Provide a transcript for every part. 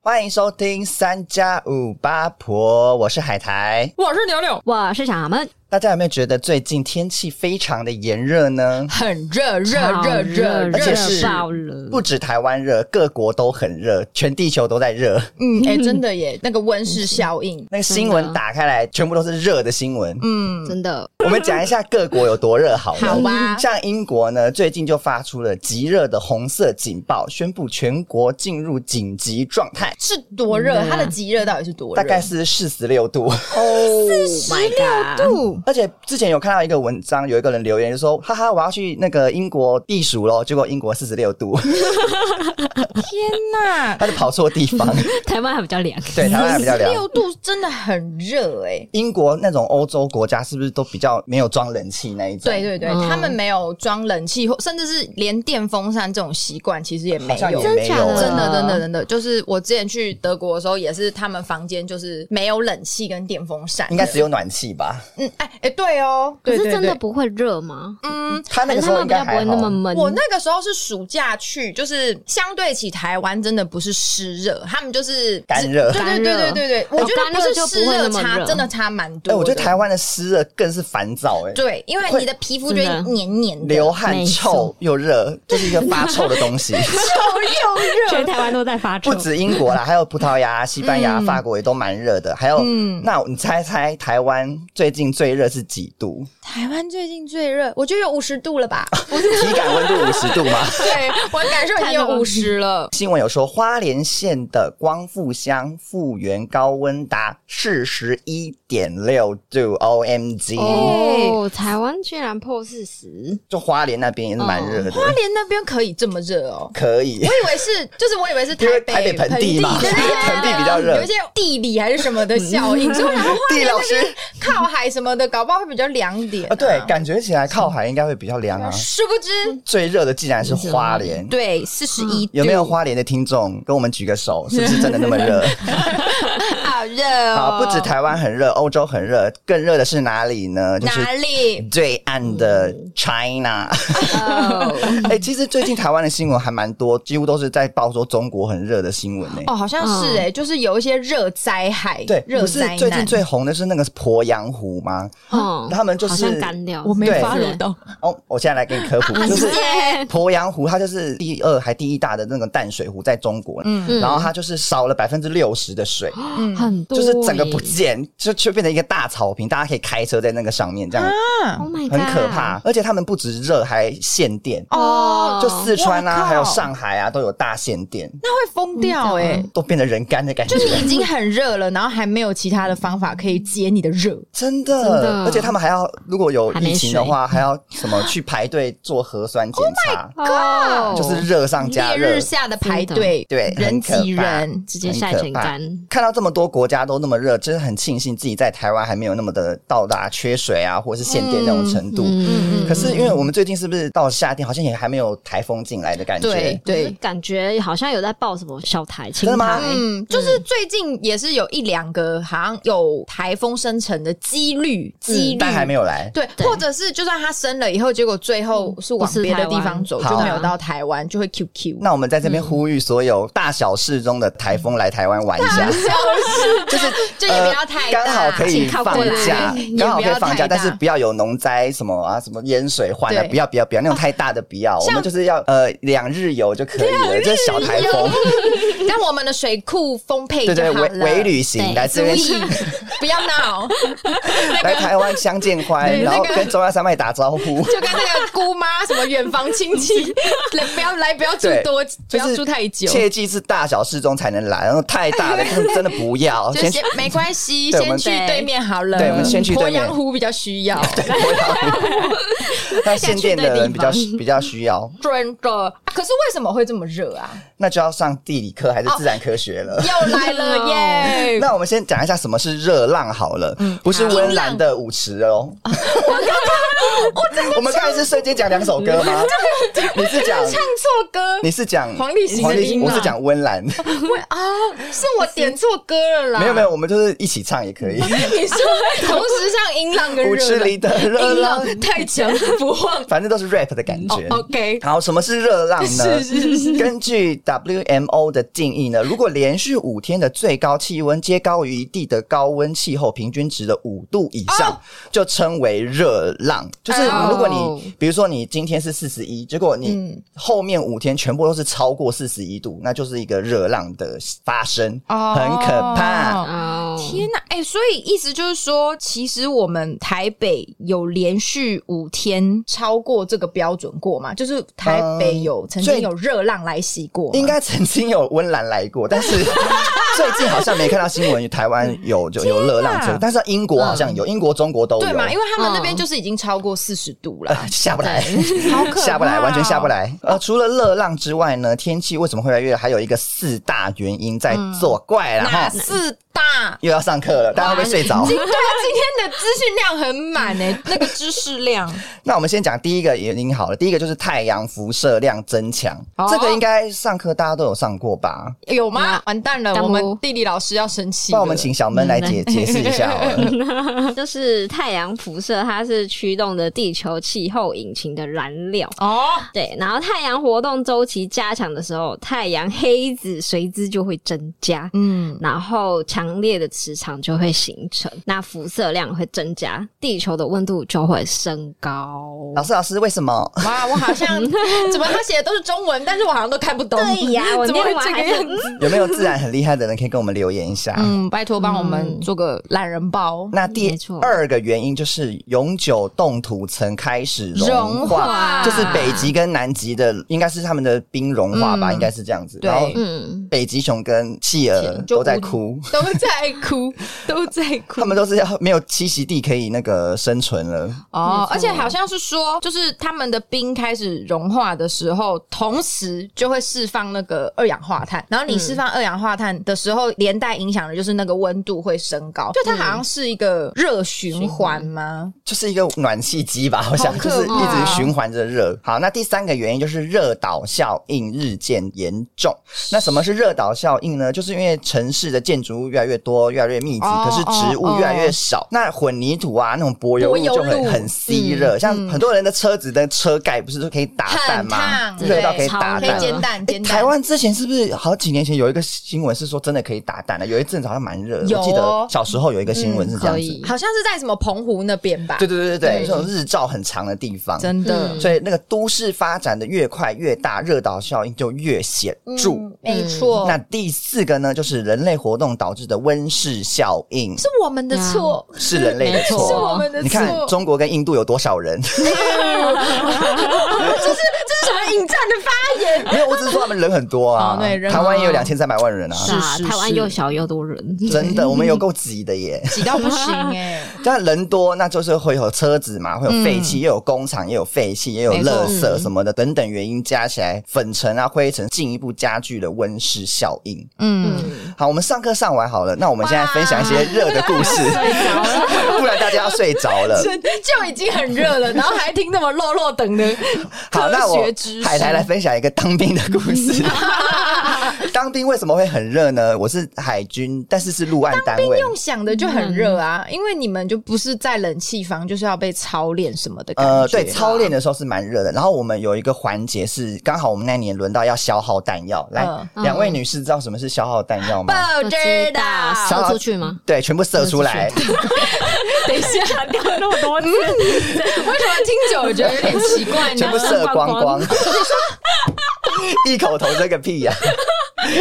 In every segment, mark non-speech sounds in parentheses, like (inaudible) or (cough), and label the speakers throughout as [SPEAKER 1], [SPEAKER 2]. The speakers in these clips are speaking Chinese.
[SPEAKER 1] 欢迎收听三加五八婆，我是海苔。
[SPEAKER 2] 我是牛牛，
[SPEAKER 3] 我是傻们，
[SPEAKER 1] 大家有没有觉得最近天气非常的炎热呢？
[SPEAKER 2] 很热热热热
[SPEAKER 1] 而且
[SPEAKER 2] 热
[SPEAKER 1] 是
[SPEAKER 3] 爆
[SPEAKER 2] 嗯
[SPEAKER 3] 了，
[SPEAKER 1] 不止台湾热，各国都很热，全地球都在热。
[SPEAKER 2] 嗯，哎、真的耶，那个温室效应，
[SPEAKER 1] 那个新
[SPEAKER 3] 真
[SPEAKER 1] 闻
[SPEAKER 3] 的
[SPEAKER 1] 打开来，全部都是热的新闻。
[SPEAKER 2] 嗯，
[SPEAKER 3] 真的
[SPEAKER 1] 我们讲一下各国有多热好了。
[SPEAKER 2] 好吧
[SPEAKER 1] 像英国呢，最近就发出了极热的红色警报，宣布全国进入紧急状态，
[SPEAKER 2] 是多热，
[SPEAKER 3] 嗯
[SPEAKER 2] 它的极热到底是多热？
[SPEAKER 1] 大概是四十六度。
[SPEAKER 2] 哦，
[SPEAKER 3] ，My God，
[SPEAKER 2] 度，
[SPEAKER 1] 而且之前有看到一个文章，有一个人留言就说：“哈哈，我要去那个英国避暑咯，结果英国四十六度， (laughs)
[SPEAKER 2] 天哪，
[SPEAKER 1] 他就跑错地
[SPEAKER 3] (laughs)
[SPEAKER 1] 方。
[SPEAKER 3] 台湾还比较凉，
[SPEAKER 1] 对，台湾还比较凉。
[SPEAKER 2] 六度真的很热哎、
[SPEAKER 1] 英国那种欧洲国家是不是都比较没有装冷气那一种？
[SPEAKER 2] 对对对，
[SPEAKER 3] 嗯
[SPEAKER 2] 他们没有装冷气，或甚至是连电风扇这种习惯，其实也没
[SPEAKER 1] 好像
[SPEAKER 2] 有
[SPEAKER 1] 也。没
[SPEAKER 3] 真假
[SPEAKER 1] 有
[SPEAKER 3] 的
[SPEAKER 2] 真的，真的，真的，就是我之前去德国的时候，也是他们房间就是没有冷气跟电风扇，
[SPEAKER 1] 应该只有暖气吧？
[SPEAKER 2] 嗯，哎、哎、对哦，
[SPEAKER 3] 可
[SPEAKER 2] 对
[SPEAKER 3] 是
[SPEAKER 2] 对
[SPEAKER 3] 真的
[SPEAKER 2] 对
[SPEAKER 3] 不会热吗？
[SPEAKER 2] 嗯，
[SPEAKER 1] 他那
[SPEAKER 3] 可
[SPEAKER 1] 个
[SPEAKER 3] 是
[SPEAKER 1] 时
[SPEAKER 3] 他
[SPEAKER 1] 候
[SPEAKER 3] 们
[SPEAKER 1] 应
[SPEAKER 3] 比较
[SPEAKER 1] 该
[SPEAKER 3] 不会
[SPEAKER 1] 还
[SPEAKER 3] 那
[SPEAKER 1] 好
[SPEAKER 3] 么。闷。
[SPEAKER 2] 我那个时候是暑假去，就是相对起台湾，真的不是湿热，他们就是
[SPEAKER 1] 干热
[SPEAKER 2] 对对对对对对，我觉得不是湿哦热差，真的差蛮多
[SPEAKER 1] 哎，
[SPEAKER 2] 的。
[SPEAKER 1] 我觉得台湾的湿热更是烦躁哎、
[SPEAKER 2] 对，因为你的皮肤就会黏黏的， (laughs)
[SPEAKER 1] 流汗
[SPEAKER 3] 没
[SPEAKER 1] 臭
[SPEAKER 3] 错
[SPEAKER 1] 又热，就是一个发臭的东
[SPEAKER 3] (laughs)
[SPEAKER 1] 西。
[SPEAKER 2] 又
[SPEAKER 3] 全台湾都在发臭
[SPEAKER 1] 不，止英国啦，还有葡萄牙、西班牙、
[SPEAKER 2] 嗯
[SPEAKER 1] 法国也都蛮热的。还有，
[SPEAKER 2] 嗯
[SPEAKER 1] 那你猜猜台湾最近最热是几度？
[SPEAKER 2] 台湾最近最热，我觉得有五十度了
[SPEAKER 1] (laughs)
[SPEAKER 2] 吧？
[SPEAKER 1] 体感温度五十度吗？
[SPEAKER 2] 对，我感受已经有五十了。
[SPEAKER 1] 新闻有说，花莲县的光复乡复原高温达四十一点六度，OMG！、
[SPEAKER 3] 哦，台湾居然破四十，
[SPEAKER 1] 就花莲那边也是蛮热的，
[SPEAKER 2] 花莲那边可以这么热哦。
[SPEAKER 1] 可以
[SPEAKER 2] 我。以为是，就是我以为是
[SPEAKER 1] 因为
[SPEAKER 2] 台北
[SPEAKER 1] 台北盆地嘛，
[SPEAKER 2] 对对对
[SPEAKER 1] 盆地比较热
[SPEAKER 2] 有一。些地理还是什么的效 (laughs) 应，所以我想说花
[SPEAKER 1] 地
[SPEAKER 2] 莲
[SPEAKER 1] 老
[SPEAKER 2] 那 (laughs)
[SPEAKER 1] 师
[SPEAKER 2] 边靠海什么的，搞不好会比较凉点、
[SPEAKER 1] 啊，对，感觉起来靠海应该会比较凉啊。
[SPEAKER 2] 殊不知，
[SPEAKER 1] 最热的竟然是花莲，
[SPEAKER 2] 对，四十一
[SPEAKER 1] 嗯有没有花莲的听众跟我们举个
[SPEAKER 2] (laughs)
[SPEAKER 1] 手？是不是真的那么热？
[SPEAKER 2] 哦好热
[SPEAKER 1] 好，
[SPEAKER 2] 哦？
[SPEAKER 1] 不止台湾很热，欧洲很热，更热的是哪里呢？就是
[SPEAKER 2] 哪
[SPEAKER 1] (laughs)
[SPEAKER 2] 里？嗯
[SPEAKER 1] 对岸的 China。
[SPEAKER 2] 哦，
[SPEAKER 1] 哎、其实最近台湾的新闻还蛮多，几乎都是在报说中国很热的新闻呢、
[SPEAKER 2] 好像是哎、就是有一些热灾害，
[SPEAKER 1] 对，
[SPEAKER 2] 热
[SPEAKER 1] 不是
[SPEAKER 2] 灾
[SPEAKER 1] 最近
[SPEAKER 2] 难。
[SPEAKER 1] 最红的是那个鄱阳湖吗？
[SPEAKER 3] 哦，
[SPEAKER 1] 啊他们就是
[SPEAKER 3] 好像干掉，啊
[SPEAKER 2] 我没
[SPEAKER 1] 对
[SPEAKER 2] 发觉到，
[SPEAKER 1] 哦，我现在来给你科普，
[SPEAKER 2] 啊
[SPEAKER 1] 就
[SPEAKER 3] 谢
[SPEAKER 1] 是
[SPEAKER 3] 谢。
[SPEAKER 1] 鄱阳湖，它就是第二还第一大的那个淡水湖，在中国。
[SPEAKER 2] 嗯
[SPEAKER 1] 然后它就是少了百分之六十的水，
[SPEAKER 2] 嗯
[SPEAKER 3] 很多
[SPEAKER 1] 就
[SPEAKER 3] 耶，
[SPEAKER 1] 是整个不见，就就变成一个大草坪，大家可以开车在那个上面，
[SPEAKER 2] 啊
[SPEAKER 1] 这样
[SPEAKER 3] ，Oh my God，
[SPEAKER 1] 很可怕。而且他们不止热，还限电，
[SPEAKER 2] 哦，
[SPEAKER 1] 就四川
[SPEAKER 2] 哇
[SPEAKER 1] 啊，
[SPEAKER 2] 靠
[SPEAKER 1] 还有上海啊，都有大限电，
[SPEAKER 2] 那会疯掉哎、
[SPEAKER 3] 嗯
[SPEAKER 1] 都变得人干的感觉
[SPEAKER 2] 就。是已经很热了，然后还没有其他的方法可以解你的热，
[SPEAKER 1] 真的，
[SPEAKER 3] 真的
[SPEAKER 1] 而且他们还要，如果有
[SPEAKER 3] 还没
[SPEAKER 1] 疫情的话，还要什么去排队做核酸检查，
[SPEAKER 3] 哦，
[SPEAKER 1] 就是热上加
[SPEAKER 2] 烈
[SPEAKER 1] 热
[SPEAKER 2] 日，下的排队，
[SPEAKER 1] 对，
[SPEAKER 2] 人
[SPEAKER 1] 很可
[SPEAKER 2] 挤
[SPEAKER 1] 怕
[SPEAKER 2] 人，
[SPEAKER 3] 直接晒
[SPEAKER 1] 很
[SPEAKER 3] 成。干
[SPEAKER 1] 可怕看到这么多国家都那么热，真的很庆幸自己在台湾还没有那么的到达缺水啊，或是限电那种程度。
[SPEAKER 3] 嗯
[SPEAKER 1] 可是因为我们最近是不是到夏天，好像也还没有台风进来的感觉？
[SPEAKER 2] 对
[SPEAKER 3] 对
[SPEAKER 2] 对，，
[SPEAKER 3] 感觉好像有在报什么小台、青
[SPEAKER 1] 真的吗
[SPEAKER 3] 台，
[SPEAKER 2] 嗯，就是最近也是有一两个好像有台风生成的几率，几率、
[SPEAKER 1] 嗯但还没有来。
[SPEAKER 2] 对，
[SPEAKER 3] 对
[SPEAKER 2] 或者是就算它生了以后，结果最后是往别的地方走，
[SPEAKER 1] 嗯不是台
[SPEAKER 2] 就
[SPEAKER 1] 湾
[SPEAKER 2] 没有到台湾，就会 QQ。
[SPEAKER 1] 那我们在这边呼吁所有大小事中的台风来台湾玩一下， (laughs)
[SPEAKER 2] 就是就也不要太大，
[SPEAKER 1] 呃刚好
[SPEAKER 2] (laughs)
[SPEAKER 1] 可以
[SPEAKER 3] 请靠
[SPEAKER 1] 放
[SPEAKER 3] 过来
[SPEAKER 1] 假
[SPEAKER 2] 对对，对
[SPEAKER 1] 刚好可以放假，
[SPEAKER 2] (laughs) 也不要太大
[SPEAKER 1] 但是不要有农灾什么啊，什么淹水患啊，
[SPEAKER 2] 对
[SPEAKER 1] 不要不要不要那种太大的不要，我们就是要呃两日游就可以了，这是小台风，
[SPEAKER 2] 让我们的水库丰沛
[SPEAKER 1] 对
[SPEAKER 2] 就
[SPEAKER 1] 对，
[SPEAKER 2] 好
[SPEAKER 1] 微
[SPEAKER 2] 了。
[SPEAKER 1] 微旅行
[SPEAKER 3] 对
[SPEAKER 1] 来这边
[SPEAKER 2] 注意不要闹，
[SPEAKER 1] (laughs) 来台湾相见欢，
[SPEAKER 2] 对
[SPEAKER 1] 然后
[SPEAKER 2] 那个
[SPEAKER 1] 跟中央山脉打招呼。
[SPEAKER 2] (laughs) 就跟那个姑妈什么远房
[SPEAKER 1] (laughs)
[SPEAKER 2] 亲戚，来不要来，不要住
[SPEAKER 1] 对
[SPEAKER 2] 多，不
[SPEAKER 1] 就
[SPEAKER 2] 要
[SPEAKER 1] 是
[SPEAKER 2] 住太久。
[SPEAKER 1] 切记是大小适中才能来，然后太大
[SPEAKER 2] (laughs)
[SPEAKER 1] 的真的真的不要。
[SPEAKER 2] 就
[SPEAKER 1] 先
[SPEAKER 2] 先没关系，
[SPEAKER 1] 对我
[SPEAKER 2] 先
[SPEAKER 1] 们
[SPEAKER 2] 去对面好了。
[SPEAKER 1] 对我们先去对面
[SPEAKER 2] 鄱阳湖比较
[SPEAKER 1] (laughs)
[SPEAKER 2] 需要，
[SPEAKER 1] 那限电的人比较
[SPEAKER 3] 要去对地
[SPEAKER 1] 比较需要，
[SPEAKER 2] 真的、啊可是为什么会这么
[SPEAKER 1] (laughs)
[SPEAKER 2] 热啊？
[SPEAKER 1] 那就要上地理课还是自然科学了。
[SPEAKER 2] 又来了耶！ (laughs) 嗯 (laughs)
[SPEAKER 1] 那我们先讲一下什么是热浪好了，不是温岚的舞池哦，我们刚才是瞬间讲两首歌
[SPEAKER 2] (laughs)
[SPEAKER 1] 吗？你是讲
[SPEAKER 2] 唱错歌，
[SPEAKER 1] 你是讲
[SPEAKER 2] 黄立行的
[SPEAKER 1] 黄立
[SPEAKER 2] 音
[SPEAKER 1] 我
[SPEAKER 2] 啊
[SPEAKER 1] 是讲温
[SPEAKER 2] (laughs)
[SPEAKER 1] 岚，
[SPEAKER 2] 喂啊，是我点错歌了啦。
[SPEAKER 1] 没有没有，，我们就是一起唱也可
[SPEAKER 2] (laughs)
[SPEAKER 1] 以。
[SPEAKER 2] 你说同时唱音浪跟
[SPEAKER 1] 舞池
[SPEAKER 2] 热浪，
[SPEAKER 1] 里的热
[SPEAKER 2] (laughs) 音
[SPEAKER 1] 浪，
[SPEAKER 2] 浪啊太强不晃。哦
[SPEAKER 1] 反正都是 rap 的感 (laughs) 觉。
[SPEAKER 2] OK，
[SPEAKER 1] 好，什么是热浪呢？
[SPEAKER 2] (laughs) 是是是
[SPEAKER 1] 根据 WMO 的定义呢，如果连续五天的最高气温皆高于地的高温气候平均值的五度以上，就称为热浪。就是
[SPEAKER 2] 哦
[SPEAKER 1] 如果你、比如说你今天是四十一，结果你
[SPEAKER 2] 嗯
[SPEAKER 1] 后面五天全部都是超过四十一度，那就是一个热浪的发生，
[SPEAKER 2] 哦
[SPEAKER 1] 很可怕。
[SPEAKER 3] 哦，
[SPEAKER 2] 天呐，哎、所以意思就是说，其实我们台北有连续五天超过这个标准过嘛？就是台北有、曾经
[SPEAKER 1] 最
[SPEAKER 2] 有热浪来袭过吗，
[SPEAKER 1] 呃应该曾经有温岚来过，但是
[SPEAKER 2] (laughs)
[SPEAKER 1] 最近好像没看到新闻，台湾有就有热浪车，但是英国好像有，英国、中国都有，
[SPEAKER 2] 嗯对嘛？因为他们
[SPEAKER 3] 嗯
[SPEAKER 2] 那边就是已经超过四十度了，
[SPEAKER 1] 呃下不来。
[SPEAKER 2] 好可怕、啊哦
[SPEAKER 1] 下不来，完全下不
[SPEAKER 2] 来。
[SPEAKER 1] 来。呃，除了热浪之外呢，天气为什么会越来越？还有一个四大原因在
[SPEAKER 2] 嗯
[SPEAKER 1] 作怪啦。
[SPEAKER 2] 哪
[SPEAKER 1] 哈、
[SPEAKER 2] 四大？
[SPEAKER 1] 又要上课了，大家会不会睡着？
[SPEAKER 2] 今对啊，今天的资讯量很满诶、那个知识量。
[SPEAKER 1] 那我们先讲第一个原因好了。第一个就是太阳辐射量增强，
[SPEAKER 2] 哦
[SPEAKER 1] 这个应该上课大家都有上过吧？
[SPEAKER 2] 有吗？完蛋了，
[SPEAKER 3] 当
[SPEAKER 2] 我们
[SPEAKER 3] 我
[SPEAKER 2] 地理老师要生气
[SPEAKER 1] 那
[SPEAKER 2] 了。
[SPEAKER 1] 我们请小闷来
[SPEAKER 2] 嗯
[SPEAKER 1] 解解释一下好了。
[SPEAKER 2] (laughs)
[SPEAKER 3] 就是太阳辐射，它是驱动的地球气候引擎的燃料。
[SPEAKER 2] 哦，
[SPEAKER 3] 对，然后太阳活动周期加强的时候，太阳黑子随之就会增加，
[SPEAKER 2] 嗯，
[SPEAKER 3] 然后强烈的磁场就会形成，那辐射量会增加，地球的温度就会升高。
[SPEAKER 1] 老师，老师，为什么？
[SPEAKER 2] 哇，我好
[SPEAKER 3] (laughs)
[SPEAKER 2] 像怎么他写的都是中文，但是我好像都看不懂。(laughs)
[SPEAKER 3] 对呀，我
[SPEAKER 2] 怎么
[SPEAKER 3] 念
[SPEAKER 2] 会
[SPEAKER 3] 完
[SPEAKER 2] 这个
[SPEAKER 3] 还
[SPEAKER 2] 样
[SPEAKER 3] 是
[SPEAKER 1] (laughs)
[SPEAKER 2] 子？
[SPEAKER 1] 有没有自然很厉害的人可以跟我们留言一下？
[SPEAKER 2] 嗯，拜托帮我们做个懒人包。
[SPEAKER 1] 那第
[SPEAKER 3] 没错
[SPEAKER 1] 二个原因就是永久冻土层开始融
[SPEAKER 2] 融化
[SPEAKER 1] 嗯就是北极跟南极的，应该是他们的冰融化吧，
[SPEAKER 2] 嗯
[SPEAKER 1] 应该是这样子。
[SPEAKER 2] 对
[SPEAKER 1] 然后
[SPEAKER 3] 嗯，
[SPEAKER 1] 北极熊跟企鹅
[SPEAKER 2] 就
[SPEAKER 1] 都在哭，
[SPEAKER 2] 都在哭，都在
[SPEAKER 1] (laughs)
[SPEAKER 2] 哭
[SPEAKER 1] 他们都是要没有栖息地可以那个生存了。
[SPEAKER 2] 哦
[SPEAKER 3] 没！错
[SPEAKER 2] 而且好像是说，就是他们的冰开始融化的时候，同时就会释放那个二氧化碳。然后你释放二氧化碳的时候，连带影响的就是那个温度会升高。就它好像是一个热循环吗？
[SPEAKER 1] 就是一个暖气机吧，我想
[SPEAKER 2] 好
[SPEAKER 1] 就
[SPEAKER 2] 可
[SPEAKER 1] 是
[SPEAKER 2] 怕
[SPEAKER 1] 一直循环着热。好，那第三个原因就是热岛效应日渐严重。那什么是热岛效应呢？就是因为城市的建筑物越来越多，越来越密集，
[SPEAKER 2] 哦
[SPEAKER 1] 可是植物越来越少。那混凝土啊，那种柏油
[SPEAKER 2] 柏
[SPEAKER 1] 路
[SPEAKER 2] 油
[SPEAKER 1] 就很
[SPEAKER 2] 路嗯
[SPEAKER 1] 很吸热，像很多人的车子的车盖不是都可以打蛋
[SPEAKER 2] 很
[SPEAKER 1] 吗
[SPEAKER 2] 烫？
[SPEAKER 1] 热到可以
[SPEAKER 3] 对
[SPEAKER 1] 打
[SPEAKER 3] 超
[SPEAKER 2] 可
[SPEAKER 1] 蛋
[SPEAKER 2] 以
[SPEAKER 3] 热。
[SPEAKER 2] 煎蛋，
[SPEAKER 1] 诶
[SPEAKER 2] 煎蛋。
[SPEAKER 1] 台湾之前是不是好几年前有一个新闻是说真的可以打蛋的？有一阵子好像蛮热的，
[SPEAKER 2] 有嗯
[SPEAKER 1] 我
[SPEAKER 2] 哦
[SPEAKER 1] 记得小时候有一个新闻是这样
[SPEAKER 3] 可
[SPEAKER 1] 子。
[SPEAKER 3] 以。
[SPEAKER 2] 好像是在什么澎湖那边吧？
[SPEAKER 1] 对对对对对，
[SPEAKER 2] 嗯
[SPEAKER 1] 这种日照很长的地方，
[SPEAKER 2] 真的。
[SPEAKER 3] 嗯
[SPEAKER 1] 所以那个都市发展的越快越大，热岛效应就越显著。
[SPEAKER 2] 嗯、没错，
[SPEAKER 1] 那第四个呢，就是人类活动导致的温室效应，
[SPEAKER 2] 是我们的错， (laughs)
[SPEAKER 1] 是人类的
[SPEAKER 3] 没错
[SPEAKER 2] 是
[SPEAKER 1] 错。
[SPEAKER 2] 我们的错。
[SPEAKER 1] 你看，中国跟印度有多少
[SPEAKER 2] (laughs)
[SPEAKER 1] 人？
[SPEAKER 2] 这是这是什么引战的发言？
[SPEAKER 1] 没有，我只是说他们人很多啊。
[SPEAKER 2] 哦对人
[SPEAKER 1] 台湾也有两千三百万人啊，
[SPEAKER 2] 是
[SPEAKER 3] 啊，台湾又小又多人，
[SPEAKER 1] 真的，我们有够挤的耶。
[SPEAKER 2] 挤到不行哎、
[SPEAKER 1] 但人多，那就是会有车子嘛，会有废气，又有工厂，也有废气，也有
[SPEAKER 2] 没错
[SPEAKER 1] 垃圾什么的等等原因加起来，粉尘啊、灰尘进一步加剧了温室效应。
[SPEAKER 2] 嗯，
[SPEAKER 3] 嗯，
[SPEAKER 1] 好，我们上课上完好了，那我们现在分享一些热的
[SPEAKER 2] (laughs)
[SPEAKER 1] 故事，
[SPEAKER 2] 着
[SPEAKER 1] 不然大家要睡着了。
[SPEAKER 2] (laughs) 就已经很热了，然后还听那么落落等的
[SPEAKER 1] (laughs) 好，那
[SPEAKER 2] 科
[SPEAKER 1] 我
[SPEAKER 2] 学知识。
[SPEAKER 1] 海苔来分享一个当兵的故
[SPEAKER 2] (laughs)
[SPEAKER 1] 事。当兵为什么会很热呢？我是海军，但是是陆岸单位。
[SPEAKER 2] 用想的就很热啊，因为你们就不是在冷气房，就是要被操练什么的感觉。
[SPEAKER 1] 呃，对，操练的时候是蛮热的。然后我们有一个环节是，刚好我们那年轮到要消耗弹药。来，
[SPEAKER 2] 嗯
[SPEAKER 1] 两位女士知道什么是消耗弹药吗？
[SPEAKER 2] 不知道。
[SPEAKER 1] 道
[SPEAKER 3] 射出去吗？
[SPEAKER 1] 对，全部射出来。
[SPEAKER 2] 等一下，掉那么多次，为什么听久了觉得有点奇怪
[SPEAKER 1] (laughs)
[SPEAKER 2] 呢
[SPEAKER 1] 全？部射光
[SPEAKER 3] 光光
[SPEAKER 1] 光， (laughs) 异口同声个屁呀、，
[SPEAKER 2] 哎、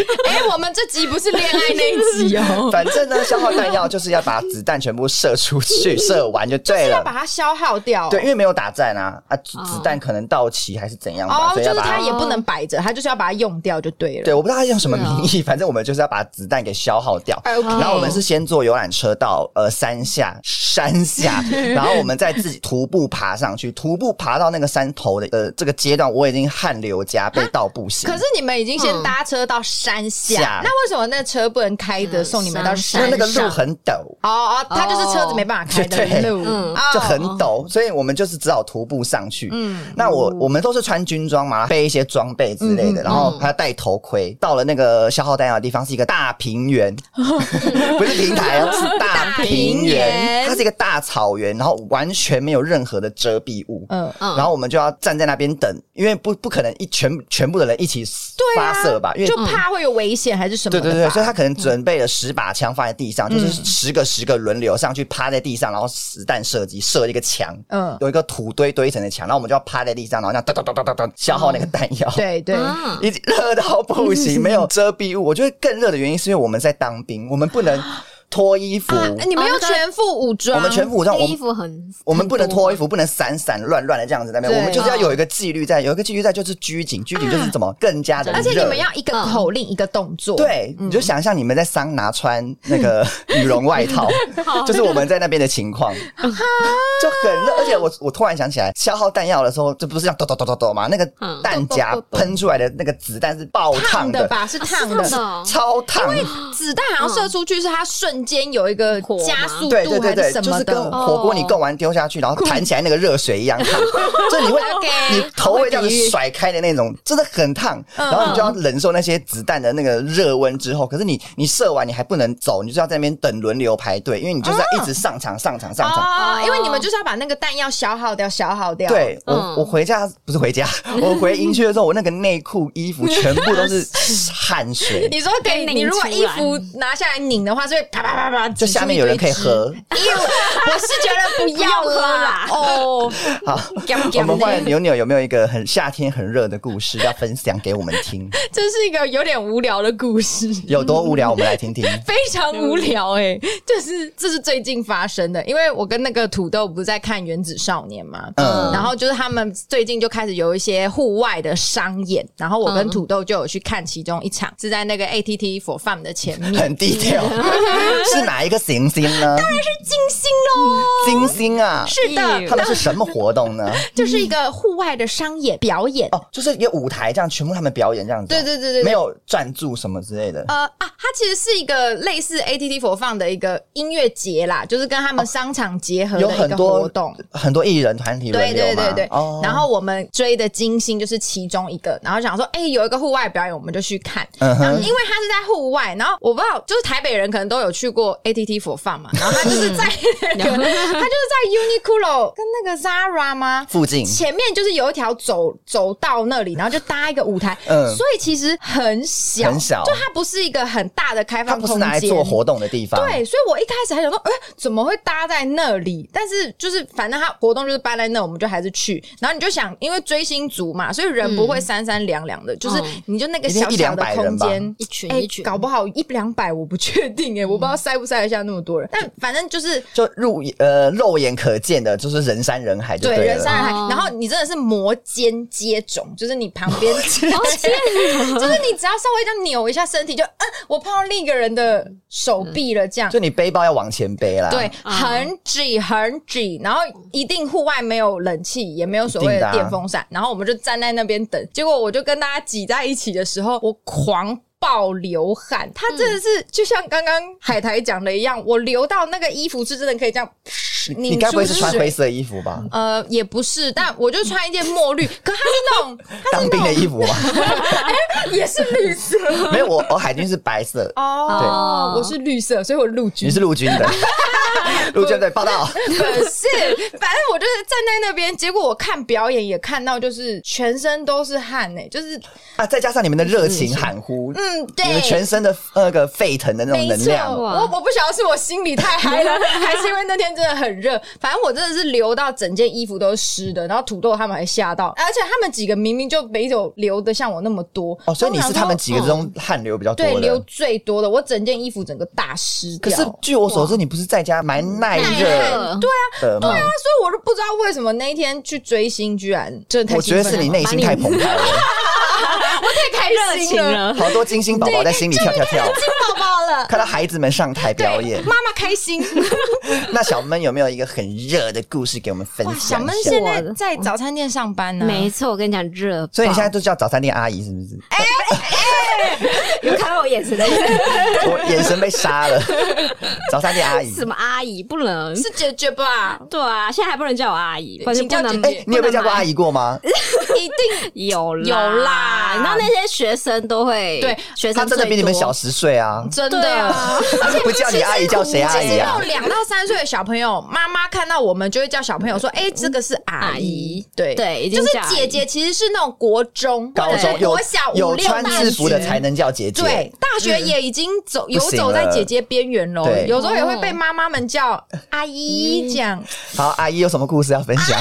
[SPEAKER 2] 我们这集不是恋爱那一集哦
[SPEAKER 1] 反正呢，消耗弹药就是要把子弹全部射出去，射完就 (laughs) 对
[SPEAKER 2] 要把 (laughs)
[SPEAKER 1] 了。
[SPEAKER 2] 它消耗掉。
[SPEAKER 1] 对，因为没有打战啊，啊，子
[SPEAKER 3] 哦
[SPEAKER 1] 子弹可能到期还是怎样吧，
[SPEAKER 2] 哦，
[SPEAKER 1] 所
[SPEAKER 2] 就
[SPEAKER 1] 以要
[SPEAKER 2] 是
[SPEAKER 1] 把
[SPEAKER 2] 它
[SPEAKER 1] 它。
[SPEAKER 2] 也不能摆着，它就是要把它用掉就对了。
[SPEAKER 1] 对，我不知道他用什么
[SPEAKER 3] 是哦
[SPEAKER 1] 名义，反正我们就是要把子弹给消耗掉。
[SPEAKER 2] 哎，OK
[SPEAKER 1] 然后我们是先坐游览车到呃山下山
[SPEAKER 2] (laughs)
[SPEAKER 1] 下，然后我们再自己徒步爬上去，徒步爬到那个山头的呃这个阶段，我已经汗流浃背到不行。
[SPEAKER 2] 啊可是你们已经先搭车到山
[SPEAKER 1] 下
[SPEAKER 2] 下。那为什么那车不能开的
[SPEAKER 3] 嗯
[SPEAKER 2] 送你们到
[SPEAKER 1] 因
[SPEAKER 3] 山
[SPEAKER 1] 为
[SPEAKER 2] 山
[SPEAKER 1] 那
[SPEAKER 2] 上？
[SPEAKER 1] 个路很陡，
[SPEAKER 2] 哦哦，它就是车子没办法开的
[SPEAKER 1] 对
[SPEAKER 2] 路，
[SPEAKER 3] 嗯
[SPEAKER 2] 哦
[SPEAKER 1] 就很陡，所以我们就是只好徒步上去。
[SPEAKER 2] 嗯，
[SPEAKER 1] 那我我们都是穿军装嘛，背一些装备之类的，
[SPEAKER 2] 嗯嗯
[SPEAKER 1] 然后还要戴头盔。到了那个消耗弹药的地方，是一个大平
[SPEAKER 2] (laughs)
[SPEAKER 1] 原，不是平台哦，是大平
[SPEAKER 2] 大平
[SPEAKER 1] 原，
[SPEAKER 2] 原
[SPEAKER 1] 它是一个大草原，然后完全没有任何的遮蔽物。
[SPEAKER 2] 嗯，
[SPEAKER 3] 嗯
[SPEAKER 1] 然后我们就要站在那边等，因为不不可能一全全部的人一起
[SPEAKER 2] 对
[SPEAKER 1] 发
[SPEAKER 2] 啊，
[SPEAKER 1] 射吧，因为
[SPEAKER 2] 就怕会有危险还是什么
[SPEAKER 1] 对
[SPEAKER 2] 的
[SPEAKER 1] 对对，
[SPEAKER 2] 吧嗯
[SPEAKER 1] 所以他可能准备了十把枪放在地上，就是十个十个轮流上去趴在地上，然后实弹射击射一个墙，
[SPEAKER 2] 嗯，
[SPEAKER 1] 有一个土堆堆成的墙，然后我们就要趴在地上，然后这样哒哒哒哒哒哒消耗那个弹药。
[SPEAKER 2] 对对，
[SPEAKER 3] 啊
[SPEAKER 1] 已经热到不行，没有遮蔽物。我觉得更热的原因是因为我们在当兵，我们不能脱衣服，
[SPEAKER 2] 啊你们啊
[SPEAKER 3] 哦
[SPEAKER 2] 要
[SPEAKER 3] 那个
[SPEAKER 2] 全副武装，
[SPEAKER 1] 我们全副武装，
[SPEAKER 3] 那个
[SPEAKER 1] 我
[SPEAKER 3] 衣服很，
[SPEAKER 1] 我们不能
[SPEAKER 3] 很多
[SPEAKER 1] 脱衣服，不能散散乱乱的这样子在那边，
[SPEAKER 2] 啊对啊
[SPEAKER 1] 我们就是要有一个纪律在，有一个纪律在就是拘谨，拘谨就是怎么更加的热。
[SPEAKER 2] 而且你们要一个
[SPEAKER 3] 嗯
[SPEAKER 2] 口令一个动作，
[SPEAKER 1] 对，你就想象你们在桑拿穿那个羽绒外套，就是我们在那边的情况，就很热。而且我我突然想起来，消耗弹药的时候，这不是这样抖抖抖抖抖吗？那个
[SPEAKER 3] 嗯
[SPEAKER 1] 弹夹
[SPEAKER 3] 抖抖抖抖
[SPEAKER 1] 喷出来的那个子弹是爆烫
[SPEAKER 2] 烫
[SPEAKER 1] 的
[SPEAKER 2] 的，吧，啊是烫
[SPEAKER 3] 是
[SPEAKER 2] 的。
[SPEAKER 3] 哦
[SPEAKER 1] 超烫。
[SPEAKER 2] 子弹好像射出去，是它瞬间有一个
[SPEAKER 3] 火吗
[SPEAKER 2] 加速
[SPEAKER 1] 对对
[SPEAKER 2] 度
[SPEAKER 1] 对
[SPEAKER 2] 还
[SPEAKER 1] 对，
[SPEAKER 2] 什
[SPEAKER 1] 就
[SPEAKER 2] 么
[SPEAKER 1] 是跟
[SPEAKER 2] 的，
[SPEAKER 1] 火锅你供完丢下去，然后弹起来那个热水一样烫，就你会
[SPEAKER 2] OK，
[SPEAKER 1] 你头会这样子甩开的那种，真的很烫。然后你就要忍受那些子弹的那个热温之后，可是你你射完你还不能走，你就要在那边等轮流排队，因为你就是要一直上场上场上场。
[SPEAKER 2] 哦
[SPEAKER 3] 哦，
[SPEAKER 2] 因为你们就是要把那个弹药消耗掉，消耗掉。
[SPEAKER 1] 对
[SPEAKER 3] 嗯
[SPEAKER 1] 我，我回家不是回家，我回营区的时候，我那个内裤、衣服全部都是汗水，
[SPEAKER 2] 你说可以，
[SPEAKER 3] 跟拧
[SPEAKER 2] 你如果
[SPEAKER 3] 出来
[SPEAKER 2] 衣服拿下来拧的话，就会啪啪啪啪，
[SPEAKER 1] 就下面有人可以喝。
[SPEAKER 2] 因为 (laughs) 我是觉得 (laughs) 不要啦，哦，
[SPEAKER 1] (laughs) 好，我们换牛牛有没有一个很夏天很热的故事要分享给我们听？
[SPEAKER 2] 这是一个有点无聊的故事。
[SPEAKER 1] 有多无聊？我们来听听。
[SPEAKER 2] 非常无聊哎、
[SPEAKER 1] 嗯
[SPEAKER 2] 就是这是最近发生的，因为我跟那个土豆不是在看《原子少年》嘛，
[SPEAKER 1] 嗯
[SPEAKER 2] 然后就是他们最近就开始有一些户外的商演，然后我跟
[SPEAKER 3] 嗯
[SPEAKER 2] 土豆就有去看其中一场，是在那个 ATT for Fun 的前
[SPEAKER 1] (laughs)
[SPEAKER 2] 面，
[SPEAKER 1] 很低调，
[SPEAKER 2] (laughs)
[SPEAKER 1] 是哪一个行星呢？
[SPEAKER 2] 金星喽，
[SPEAKER 1] 金星啊，
[SPEAKER 2] 是
[SPEAKER 1] 他
[SPEAKER 2] 的，
[SPEAKER 1] 们是什么活动
[SPEAKER 2] (laughs)
[SPEAKER 1] 呢？
[SPEAKER 2] 就是一个户外的商演表演，
[SPEAKER 1] 哦，就是有舞台这样，全部他们表演这样子哦、
[SPEAKER 2] 对对对对对
[SPEAKER 1] 没有赞助什么之类的。
[SPEAKER 2] 呃啊，它其实是一个类似 ATT 佛放的一个音乐节啦，就是跟他们商场结合
[SPEAKER 1] 哦有
[SPEAKER 2] 的呃一
[SPEAKER 1] 很
[SPEAKER 2] 个
[SPEAKER 1] 多
[SPEAKER 2] 活动。
[SPEAKER 1] 很多艺人团体轮
[SPEAKER 2] 对
[SPEAKER 1] 流
[SPEAKER 2] 对
[SPEAKER 1] 嘛
[SPEAKER 2] 对对，
[SPEAKER 1] 哦
[SPEAKER 2] 然后我们追的金星就是其中一个，然后想说，哎、有一个户外表演，我们就去看。
[SPEAKER 1] 嗯
[SPEAKER 2] 然后
[SPEAKER 1] 哼，
[SPEAKER 2] 因为它是在户外，然后我不知道，就是台北人可能都有
[SPEAKER 1] (laughs)
[SPEAKER 2] 去过 ATT 佛放嘛，然后它就是在那个，它就是在 Uniqlo 跟那个 Zara 吗？
[SPEAKER 1] 附近
[SPEAKER 2] 前面就是有一条走走到那里，然后就搭一个舞台，
[SPEAKER 1] 嗯
[SPEAKER 2] 所以其实很小，
[SPEAKER 1] 很小
[SPEAKER 2] 就它不是一个很大的开
[SPEAKER 1] 他
[SPEAKER 2] 放
[SPEAKER 1] 不
[SPEAKER 2] 空
[SPEAKER 1] 是
[SPEAKER 2] 间。
[SPEAKER 1] 拿来做活动的地方。
[SPEAKER 2] 对，所以我一开始还想说，哎、怎么会搭在那里？但是就是反正它活动就是办在那，我们就还是去。然后你就想，因为追星族嘛，所以人不会三三两两的，就是
[SPEAKER 3] 嗯
[SPEAKER 2] 你就那个
[SPEAKER 1] 一定
[SPEAKER 2] 小
[SPEAKER 1] 一
[SPEAKER 2] 小
[SPEAKER 1] 两
[SPEAKER 2] 的
[SPEAKER 1] 百人
[SPEAKER 2] 空
[SPEAKER 1] 吧
[SPEAKER 2] 间，
[SPEAKER 3] 一群
[SPEAKER 2] 哎
[SPEAKER 3] 一群
[SPEAKER 2] 搞不好一两百，我不确定哎、我不知道塞不塞得下那么多人。但反正就是
[SPEAKER 1] 就入呃肉眼可见的，就是人山人海就
[SPEAKER 2] 对，
[SPEAKER 1] 对
[SPEAKER 2] 人
[SPEAKER 1] 了。
[SPEAKER 2] 山人海。
[SPEAKER 3] 哦
[SPEAKER 2] 然后你真的是摩肩接踵，就是你旁 (laughs) 边，就是你只要稍微这样扭一下身体，就嗯，我碰到另一个人的手臂了，这样。
[SPEAKER 1] 就你背包要往前背啦。
[SPEAKER 2] 对，
[SPEAKER 3] 啊
[SPEAKER 2] 很挤很挤，然后一定户外没有冷气，也没有所谓
[SPEAKER 1] 一定的
[SPEAKER 2] 的
[SPEAKER 1] 啊
[SPEAKER 2] 电风扇，然后我们就站在那边等。结果我就跟大家挤在一起的时候，我狂爆流汗，它真的是就像刚刚海苔讲的一样，我流到那个衣服是真的可以这样
[SPEAKER 1] 你，
[SPEAKER 2] 拧
[SPEAKER 1] 你该不会是
[SPEAKER 2] 出
[SPEAKER 1] 穿
[SPEAKER 2] 水
[SPEAKER 1] 灰色衣服
[SPEAKER 2] (laughs)
[SPEAKER 1] 吧？
[SPEAKER 2] 呃，也不是，但我就穿一件墨绿，可它是那种， (laughs) 它
[SPEAKER 1] 当
[SPEAKER 2] 是
[SPEAKER 1] 兵的衣服吗？
[SPEAKER 2] 也是绿色
[SPEAKER 1] (laughs) 没有，我我海军是白色，
[SPEAKER 2] 哦。我是绿色，所以我陆军
[SPEAKER 1] 你。是陆军
[SPEAKER 2] (laughs)
[SPEAKER 1] 的，陆军队报道。
[SPEAKER 2] 可是，反正我就是站在那边，结果我看表演也看到，就是全身都是汗呢、就是
[SPEAKER 1] 啊，再加上你们的热情喊呼，
[SPEAKER 2] 嗯，
[SPEAKER 1] 你们
[SPEAKER 2] 对。
[SPEAKER 1] 全身的呃那个沸腾的那种
[SPEAKER 2] 没
[SPEAKER 1] 能
[SPEAKER 2] 错，
[SPEAKER 1] 量，
[SPEAKER 3] 哇
[SPEAKER 2] 我我不晓得是我心里太嗨了， (laughs) 还是因为那天真的很热。反正我真的是流到整件衣服都是湿的，然后土豆他们还吓到，而且他们几个明明就没有流的像我那么多
[SPEAKER 1] 哦，所以你是他们
[SPEAKER 2] 然后我想说
[SPEAKER 1] 几个中汗流比较多
[SPEAKER 2] 对，流
[SPEAKER 1] 的。
[SPEAKER 2] 最多的，我整件衣服整个大湿
[SPEAKER 1] 可
[SPEAKER 2] 掉。
[SPEAKER 1] 是据我所知，你不是在家蛮耐热
[SPEAKER 3] 对啊，
[SPEAKER 1] 的吗？
[SPEAKER 2] 那所以我就不知道为什么那一天去追星，居然真的太 (laughs)
[SPEAKER 1] 我觉得是你内心太澎湃了，
[SPEAKER 2] 太
[SPEAKER 3] 热
[SPEAKER 2] 开心
[SPEAKER 3] 情
[SPEAKER 2] 了，
[SPEAKER 3] 了。
[SPEAKER 1] (laughs) 好多金星宝宝在心里跳跳跳，
[SPEAKER 2] (laughs) 抱抱了，
[SPEAKER 1] 看到孩子们上台表演。
[SPEAKER 2] 妈妈开心。
[SPEAKER 1] 那小闷有没有一个很热的故事给我们分
[SPEAKER 2] 哇，小
[SPEAKER 1] 享
[SPEAKER 2] 闷
[SPEAKER 1] 一下？
[SPEAKER 2] 现在在早餐店上班呢、
[SPEAKER 3] 没错，我跟你讲，热爆。
[SPEAKER 1] 所以你现在都叫早餐店阿姨是不是？
[SPEAKER 2] 哎
[SPEAKER 3] 有看到我眼神的
[SPEAKER 1] 我眼神被杀
[SPEAKER 2] (laughs)
[SPEAKER 1] 了。早餐店阿姨，
[SPEAKER 3] 什么阿姨不能？
[SPEAKER 2] 是姐姐吧？
[SPEAKER 3] 对啊，现在还不能叫我阿姨，或者
[SPEAKER 2] 请
[SPEAKER 3] 不
[SPEAKER 2] 叫
[SPEAKER 3] 能
[SPEAKER 2] 姐
[SPEAKER 1] 哎、
[SPEAKER 2] 姐
[SPEAKER 1] 你有被叫过阿姨过吗？哎
[SPEAKER 2] 一定
[SPEAKER 3] 有啦
[SPEAKER 2] 有啦
[SPEAKER 3] 然后那些学生都会，
[SPEAKER 2] 对
[SPEAKER 3] 学生
[SPEAKER 1] 她真的比你们小十岁啊！
[SPEAKER 2] 真的。
[SPEAKER 3] 对啊
[SPEAKER 1] 她是不叫你阿姨叫谁阿
[SPEAKER 2] 其实
[SPEAKER 1] 姨
[SPEAKER 2] 那种
[SPEAKER 1] 啊？
[SPEAKER 2] 两到三岁的小朋友，妈妈看到我们就会叫小朋友说：“哎、这个是阿
[SPEAKER 3] 阿
[SPEAKER 2] 姨
[SPEAKER 3] 姨。”
[SPEAKER 2] 对
[SPEAKER 3] 对已经
[SPEAKER 2] 就是
[SPEAKER 3] 叫阿姨
[SPEAKER 2] 姐姐，其实是那种国中、
[SPEAKER 1] 高
[SPEAKER 2] 或者
[SPEAKER 1] 中
[SPEAKER 2] 是
[SPEAKER 1] 有
[SPEAKER 2] 国小、五
[SPEAKER 1] 有
[SPEAKER 2] 六
[SPEAKER 1] 穿
[SPEAKER 2] 大
[SPEAKER 1] 制服的
[SPEAKER 2] 学
[SPEAKER 1] 才能叫姐姐。
[SPEAKER 2] 对，大学也已经走、游
[SPEAKER 1] 不行
[SPEAKER 2] 走在
[SPEAKER 1] 了
[SPEAKER 2] 姐姐边缘喽
[SPEAKER 1] 对，
[SPEAKER 2] 有时候也会被妈妈们叫阿姨这样。
[SPEAKER 1] 好，阿姨有什么故事要分享？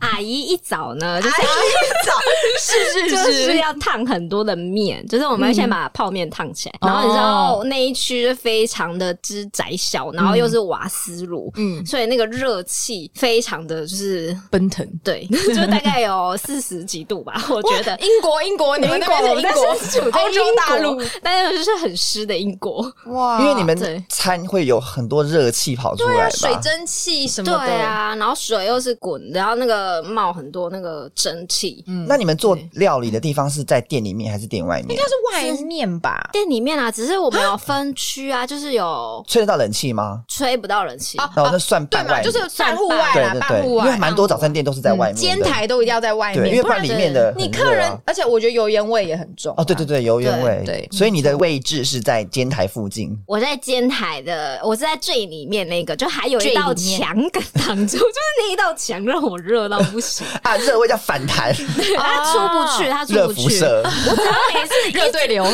[SPEAKER 3] 阿姨一早呢，就是
[SPEAKER 2] 阿姨早， (laughs) 是
[SPEAKER 3] 就是是
[SPEAKER 2] 是，
[SPEAKER 3] 要烫很多的面，就是我们会先把泡面烫起来，
[SPEAKER 2] 嗯
[SPEAKER 3] 然后你知
[SPEAKER 2] 哦
[SPEAKER 3] 道那一区非常的之窄小，然后又是瓦斯炉，
[SPEAKER 2] 嗯，
[SPEAKER 3] 所以那个热气非常的就是
[SPEAKER 2] 奔腾。
[SPEAKER 3] 对， (laughs) 就大概有四十几度吧，我觉得。
[SPEAKER 2] 英国，英国，你们那边是英
[SPEAKER 3] 但是处
[SPEAKER 2] 国，哦
[SPEAKER 3] 在
[SPEAKER 2] 欧洲大
[SPEAKER 3] 英
[SPEAKER 2] 陆
[SPEAKER 1] 啊
[SPEAKER 2] 嗯
[SPEAKER 3] 国，但是就是很湿的英国。
[SPEAKER 2] (laughs) 哇
[SPEAKER 1] 因为你
[SPEAKER 3] 对
[SPEAKER 1] 们餐会有很多热气跑出
[SPEAKER 2] 对
[SPEAKER 1] 来
[SPEAKER 2] 啊，水
[SPEAKER 1] 吧？
[SPEAKER 2] 蒸气什么
[SPEAKER 3] 对
[SPEAKER 2] 的，
[SPEAKER 3] 啊，然后水又是滚的，然后那个冒很多那个蒸汽。
[SPEAKER 2] 嗯
[SPEAKER 1] 嗯那你们做料理的地方是在店里面还是店外面
[SPEAKER 2] 应该？是外面吧？
[SPEAKER 3] 店里面啊，只是我们有分区啊， (gasps) 就是有
[SPEAKER 1] 吹得到冷气吗？
[SPEAKER 3] 吹不到冷气。
[SPEAKER 2] 啊
[SPEAKER 1] 哦，那算
[SPEAKER 2] 对
[SPEAKER 1] 半外
[SPEAKER 2] 嘛，
[SPEAKER 1] 面。
[SPEAKER 2] 就是半户外
[SPEAKER 1] 对
[SPEAKER 2] 啦，
[SPEAKER 1] 对
[SPEAKER 2] 半
[SPEAKER 1] 对，
[SPEAKER 2] 户啊
[SPEAKER 1] 因为
[SPEAKER 2] 外，
[SPEAKER 1] 蛮多早餐店都是在外面的。
[SPEAKER 2] 尖嗯台都一定要在外
[SPEAKER 1] 对，因
[SPEAKER 2] 面，
[SPEAKER 1] 为
[SPEAKER 2] 不
[SPEAKER 1] 不然
[SPEAKER 2] 然
[SPEAKER 1] 里面的
[SPEAKER 2] 你
[SPEAKER 1] 很
[SPEAKER 2] 客
[SPEAKER 1] 热
[SPEAKER 2] 人
[SPEAKER 1] 啊，
[SPEAKER 2] 而且我觉得油烟味也很重啊
[SPEAKER 1] 哦，对对对，油烟
[SPEAKER 3] 对
[SPEAKER 1] 味，
[SPEAKER 2] 对嗯
[SPEAKER 1] 所以你的位置是在尖台附近，
[SPEAKER 3] 我在尖台的，我是在最里面那个，就还有一道
[SPEAKER 2] 最里面
[SPEAKER 3] 墙跟挡住，就是那一道墙让我热到不
[SPEAKER 2] (laughs)
[SPEAKER 3] 行，
[SPEAKER 1] 啊，热味叫反弹，
[SPEAKER 3] 他出不去，他出
[SPEAKER 1] 热
[SPEAKER 3] 不
[SPEAKER 1] 辐
[SPEAKER 3] 去。
[SPEAKER 1] 射，
[SPEAKER 3] 我只要每次一
[SPEAKER 2] 热对 (laughs) 流，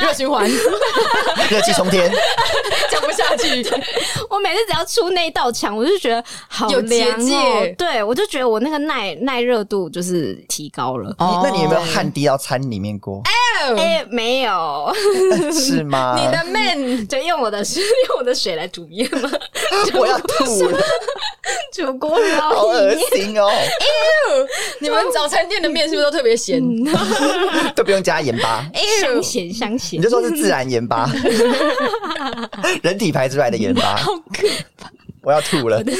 [SPEAKER 2] 热循环，
[SPEAKER 1] 热气冲天，
[SPEAKER 2] (laughs) 讲不
[SPEAKER 1] (laughs)
[SPEAKER 2] 下去。
[SPEAKER 3] (laughs) 我每次只要出那一道墙，我就觉得好
[SPEAKER 2] 有结
[SPEAKER 3] 凉哦
[SPEAKER 2] 界。
[SPEAKER 3] 对，我就觉得我那个耐耐热度就是提高了。
[SPEAKER 2] 哦
[SPEAKER 1] 那你有没有汗滴到餐里面过？
[SPEAKER 3] 哎、没有， (laughs)
[SPEAKER 1] 是吗？
[SPEAKER 2] (laughs) 你的 man
[SPEAKER 3] 就用我的用我的水来煮面吗？ (laughs)
[SPEAKER 1] (laughs) 我要吐了，
[SPEAKER 3] 煮锅
[SPEAKER 1] 好
[SPEAKER 3] 捞
[SPEAKER 1] 恶
[SPEAKER 3] 一面。
[SPEAKER 1] 心哦，
[SPEAKER 2] 你们早餐店的面是不是都特别咸？
[SPEAKER 1] 嗯 (laughs) 都不用加盐巴，
[SPEAKER 2] 哎
[SPEAKER 3] (laughs) 香咸香咸
[SPEAKER 1] 你就，说是自然盐巴，人体排出来的盐巴，好可怕，我要吐了。 (laughs)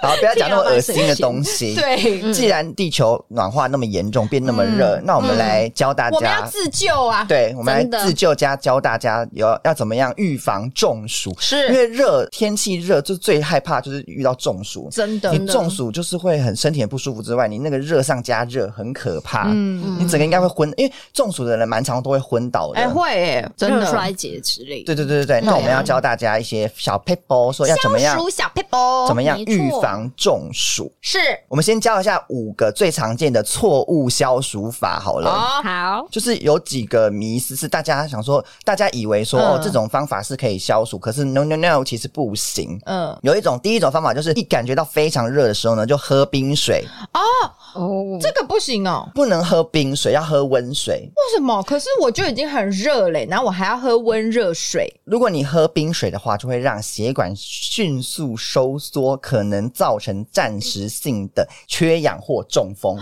[SPEAKER 1] 好，不要讲那么恶心的东西。。
[SPEAKER 2] (laughs) 对，
[SPEAKER 1] 既然地球暖化那么严重，变那么热，那我们来教大
[SPEAKER 2] 嗯我们
[SPEAKER 1] 家
[SPEAKER 2] 要自救啊！
[SPEAKER 1] 对，我们来
[SPEAKER 3] 真的
[SPEAKER 1] 自救家教大家要要怎么样预防中暑，
[SPEAKER 2] 是
[SPEAKER 1] 因为热天气热就最害怕就是遇到中暑。
[SPEAKER 2] 真的，
[SPEAKER 1] 你中暑就是会很身体很不舒服之外，你那个热上加热很可怕，
[SPEAKER 2] 嗯，
[SPEAKER 1] 你整个应该会昏，因为中暑的人蛮常都会昏倒的。
[SPEAKER 2] 哎会哎，真
[SPEAKER 3] 热
[SPEAKER 2] 的
[SPEAKER 3] 衰竭之类的。
[SPEAKER 1] 对对对对对，那我们要教大家一些小 people 说要怎么样
[SPEAKER 2] 消暑小 people
[SPEAKER 1] 怎么样
[SPEAKER 3] 没错
[SPEAKER 1] 预防中暑。
[SPEAKER 2] 是
[SPEAKER 1] 我们先教一下五个最常见的错误消暑法好了。
[SPEAKER 2] 哦，
[SPEAKER 3] 好，
[SPEAKER 1] 就是有几个迷思是大家想说，大家以为说、
[SPEAKER 2] 嗯
[SPEAKER 1] 哦这种方法是可以消暑，可是 no no no，其实不行。
[SPEAKER 2] 嗯
[SPEAKER 1] 有一种，第一种方法就是一感觉到非常热的时候呢，就喝冰水，
[SPEAKER 2] 哦，
[SPEAKER 3] 哦，
[SPEAKER 2] 这个不行哦，
[SPEAKER 1] 不能喝冰水，要喝温水。
[SPEAKER 2] 为什么？可是我就已经很热嘞，然后我还要喝温热水，
[SPEAKER 1] 如果你喝冰水的话，就会让血管迅速收缩，可能造成暂时性的缺氧或中风。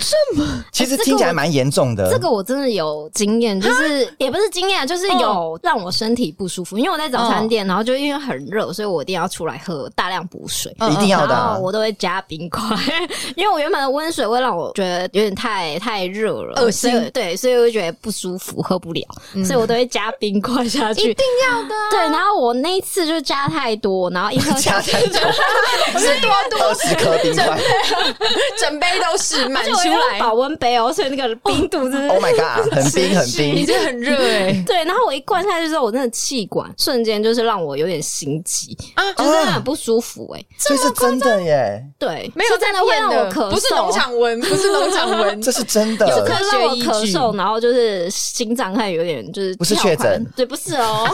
[SPEAKER 1] 这么，其实听起来蛮严重的。
[SPEAKER 3] 这个我真的有经验，就是也不是经验啊，就是有让我身体不舒服。因为我在早餐店，然后就因为很热，所以我一定要出来喝大量补水。
[SPEAKER 1] 一定要的
[SPEAKER 3] 然
[SPEAKER 1] 啊、
[SPEAKER 3] 后我都会加冰块，因为我原本的温水会让我觉得有点太太热了，
[SPEAKER 2] 恶心嗯
[SPEAKER 3] 所以对，所以我就觉得不舒服，喝不了，所以我都会加冰块下去。
[SPEAKER 2] 要的啊
[SPEAKER 3] 对，然后我那一次就加太多，然后一喝
[SPEAKER 1] (laughs) 加
[SPEAKER 2] (laughs)
[SPEAKER 3] 下去，
[SPEAKER 1] 太多，
[SPEAKER 2] 是多多，
[SPEAKER 1] 二十颗冰块。
[SPEAKER 2] 整杯都是满
[SPEAKER 3] 而且
[SPEAKER 2] 出
[SPEAKER 3] 我用
[SPEAKER 2] 来，
[SPEAKER 3] 保温杯哦，所以那个冰度真的是，
[SPEAKER 2] 哦
[SPEAKER 1] Oh my god，很冰很冰。
[SPEAKER 2] 你这很热哎
[SPEAKER 3] 对，然后我一灌下去之后，我真的气管瞬间就是让我有点心悸，
[SPEAKER 2] 啊
[SPEAKER 3] 就是很不舒服哎、
[SPEAKER 1] 所以是真的耶，
[SPEAKER 3] 对，
[SPEAKER 2] 哦没有
[SPEAKER 3] 是真
[SPEAKER 2] 在
[SPEAKER 3] 的会
[SPEAKER 2] 骗
[SPEAKER 3] 让我咳嗽，
[SPEAKER 2] 不是农，场文，不是农场文，
[SPEAKER 1] 这是真的。
[SPEAKER 2] 有可
[SPEAKER 3] 可能让我
[SPEAKER 2] 科学
[SPEAKER 3] 咳
[SPEAKER 2] 依据
[SPEAKER 3] 嗽，然后就是心脏还有点就是
[SPEAKER 1] 不是
[SPEAKER 3] 跳快
[SPEAKER 1] 确诊，
[SPEAKER 3] 对，不是
[SPEAKER 1] (laughs)
[SPEAKER 3] 哦，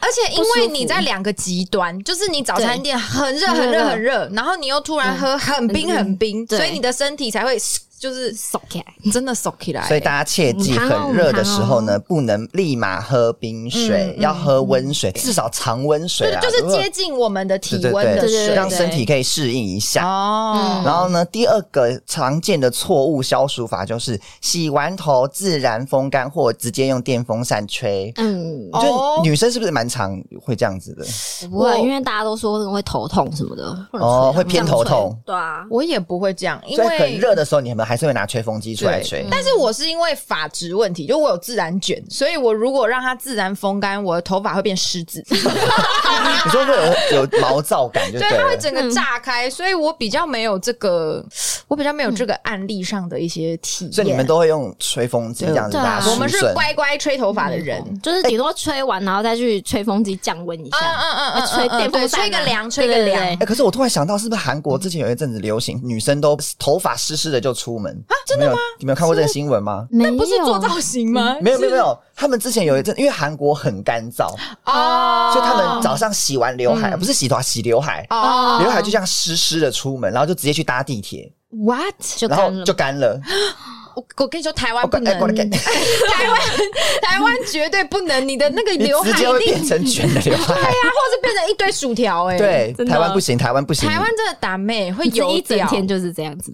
[SPEAKER 2] 而且因为你在两个极端，就是你早餐店很热很热很热，然后你又突然喝很冰很冰，
[SPEAKER 3] 对
[SPEAKER 2] 所以你的身体才会嘶就是
[SPEAKER 3] 手起来。
[SPEAKER 2] 真的熟起来、
[SPEAKER 1] 所以大家切记，
[SPEAKER 3] 嗯汤哦
[SPEAKER 1] 很热的时候呢，不能立马喝冰水，
[SPEAKER 2] 嗯嗯
[SPEAKER 1] 要喝温水，至少常温水啊，
[SPEAKER 2] 就是
[SPEAKER 1] 如果
[SPEAKER 2] 接近我们的体
[SPEAKER 1] 对对
[SPEAKER 2] 温的
[SPEAKER 1] 对
[SPEAKER 2] 水，
[SPEAKER 1] 让身体可以适应一下。
[SPEAKER 2] 哦，
[SPEAKER 1] 然后呢，第二个常见的错误消暑法就是洗完头自然风干，或直接用电风扇吹。
[SPEAKER 3] 嗯，
[SPEAKER 1] 我觉
[SPEAKER 2] 哦
[SPEAKER 1] 得女生是不是蛮常会这样子的？
[SPEAKER 3] 我不会啊
[SPEAKER 2] 我，
[SPEAKER 3] 因为大家都说会头痛什么的，
[SPEAKER 1] 哦
[SPEAKER 3] 不能吹啊
[SPEAKER 1] 会偏头痛。
[SPEAKER 3] 不能吹对啊，
[SPEAKER 2] 我也不会这样，因
[SPEAKER 1] 所以很
[SPEAKER 2] 为
[SPEAKER 1] 热的时候，你们还是会拿吹风机出来吹。
[SPEAKER 2] 但是我是因为发质问题，就我有自然卷，所以我如果让它自然风干，我的头发会变狮子，
[SPEAKER 1] 你说会有有毛躁感就
[SPEAKER 2] (laughs) 对，
[SPEAKER 1] 对
[SPEAKER 2] 它会
[SPEAKER 1] 了。
[SPEAKER 2] 整个
[SPEAKER 3] 嗯
[SPEAKER 2] 炸开，所以我比较没有这个，我比较
[SPEAKER 3] 嗯
[SPEAKER 2] 没有这个案例上的一些体
[SPEAKER 1] 所以你们
[SPEAKER 2] 验。
[SPEAKER 1] 都会用吹风机这样子
[SPEAKER 3] 对啊
[SPEAKER 1] 把它
[SPEAKER 2] 我们
[SPEAKER 1] 梳
[SPEAKER 2] 是
[SPEAKER 1] 顺。
[SPEAKER 2] 乖乖吹头发的人。
[SPEAKER 3] 就是顶多吹完，然后再去吹风机降温一
[SPEAKER 2] 嗯
[SPEAKER 3] 下。
[SPEAKER 2] 嗯嗯嗯，
[SPEAKER 3] 吹
[SPEAKER 2] 嗯
[SPEAKER 3] 电风
[SPEAKER 2] 对
[SPEAKER 3] 扇啊
[SPEAKER 2] 吹个凉，吹个
[SPEAKER 3] 对对
[SPEAKER 2] 凉
[SPEAKER 3] 对
[SPEAKER 1] 哎、可是我突然想到，是不是韩
[SPEAKER 2] 嗯
[SPEAKER 1] 国之前有一阵子流行，女生都头发湿湿的就出门啊？真的吗？你没有看过这个新闻吗？
[SPEAKER 3] 那
[SPEAKER 2] 不是做造型吗？
[SPEAKER 1] 没有没有没有，他们之前有一阵，因为韩国很干燥，
[SPEAKER 2] 哦，嗯
[SPEAKER 1] 所以他们早上洗完刘海，不是洗头啊，洗刘海，
[SPEAKER 2] 哦
[SPEAKER 1] 刘海就这样湿湿的出门，然后就直接去搭地铁，
[SPEAKER 2] ，what？
[SPEAKER 3] 就
[SPEAKER 1] 然
[SPEAKER 3] 干
[SPEAKER 1] 后
[SPEAKER 3] 了
[SPEAKER 1] 就。干了。
[SPEAKER 2] 我我跟你说，台湾
[SPEAKER 1] 我
[SPEAKER 2] 啊不
[SPEAKER 1] 跟哎
[SPEAKER 2] 能，
[SPEAKER 1] 我跟
[SPEAKER 2] (laughs) 台湾台湾绝对不能，你的那个
[SPEAKER 1] 你
[SPEAKER 2] 刘
[SPEAKER 1] (laughs)
[SPEAKER 2] 海
[SPEAKER 1] 直接
[SPEAKER 2] 一
[SPEAKER 1] 会
[SPEAKER 2] 定
[SPEAKER 1] 变成卷的刘
[SPEAKER 2] 对
[SPEAKER 1] 海。
[SPEAKER 2] 呀、啊或者变成一堆薯条哎、
[SPEAKER 1] 对，
[SPEAKER 3] 真的
[SPEAKER 1] 台湾不行，台湾不行，
[SPEAKER 2] 台湾真的打妹会
[SPEAKER 3] 有
[SPEAKER 2] 油
[SPEAKER 3] 一整
[SPEAKER 2] 掉
[SPEAKER 3] 天就是这样
[SPEAKER 1] (laughs)
[SPEAKER 3] 子，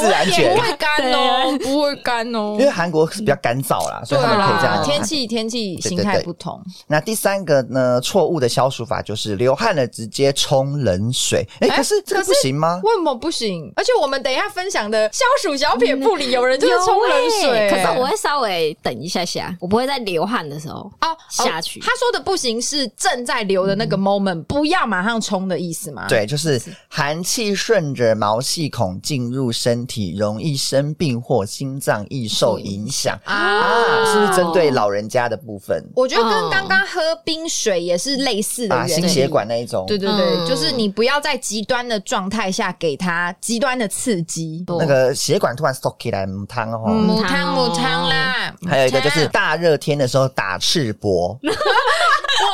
[SPEAKER 1] 自然
[SPEAKER 2] 也
[SPEAKER 1] 卷
[SPEAKER 2] 不。会干
[SPEAKER 3] 啊
[SPEAKER 2] 哦， (laughs) 不会干哦
[SPEAKER 1] 因。为韩国是比较干燥啦，所
[SPEAKER 2] 对
[SPEAKER 1] 以他们可以这
[SPEAKER 2] 啦
[SPEAKER 1] 样，子
[SPEAKER 2] 天气天气
[SPEAKER 1] 对
[SPEAKER 2] 心
[SPEAKER 1] 对
[SPEAKER 2] 态
[SPEAKER 1] 对
[SPEAKER 2] 不同，
[SPEAKER 1] 那第三个呢，错误的消暑法就是流汗了直接冲冷水。哎、
[SPEAKER 2] 哎
[SPEAKER 1] 可是这个
[SPEAKER 2] 可是
[SPEAKER 1] 不行吗？
[SPEAKER 2] 为什么不行？而且我们等一下分享的消暑小撇步里，有人就是冲冷水、
[SPEAKER 3] 有欸可是我会稍微等一下下，我不会在流汗的时
[SPEAKER 1] (laughs)
[SPEAKER 3] 候
[SPEAKER 2] 哦
[SPEAKER 3] 下去
[SPEAKER 2] 哦他说的不行是正在流的那个 moment，、不要马上冲的意思吗？，
[SPEAKER 1] 对，就是寒气顺着毛细孔进入身体，容易生病或心脏易受影响
[SPEAKER 2] 啊。
[SPEAKER 1] 啊！是不是针对老人家的部分
[SPEAKER 2] 我觉得跟
[SPEAKER 3] 哦
[SPEAKER 2] 刚刚喝冰水也是类似的
[SPEAKER 1] 啊？
[SPEAKER 2] 原理，
[SPEAKER 1] 心血管那一种？
[SPEAKER 2] 对对对，
[SPEAKER 3] 嗯
[SPEAKER 2] 就是你不要在极端的状态下给他极端的刺激。
[SPEAKER 3] 多
[SPEAKER 1] 那个血管突然 s o c 起来，嗯汤哦。
[SPEAKER 2] 母
[SPEAKER 3] 汤
[SPEAKER 2] 汤母
[SPEAKER 3] 哦
[SPEAKER 2] 汤啦，
[SPEAKER 1] 还有一个就
[SPEAKER 2] 母
[SPEAKER 1] 是
[SPEAKER 2] 汤
[SPEAKER 1] 大热天的时候打赤膊，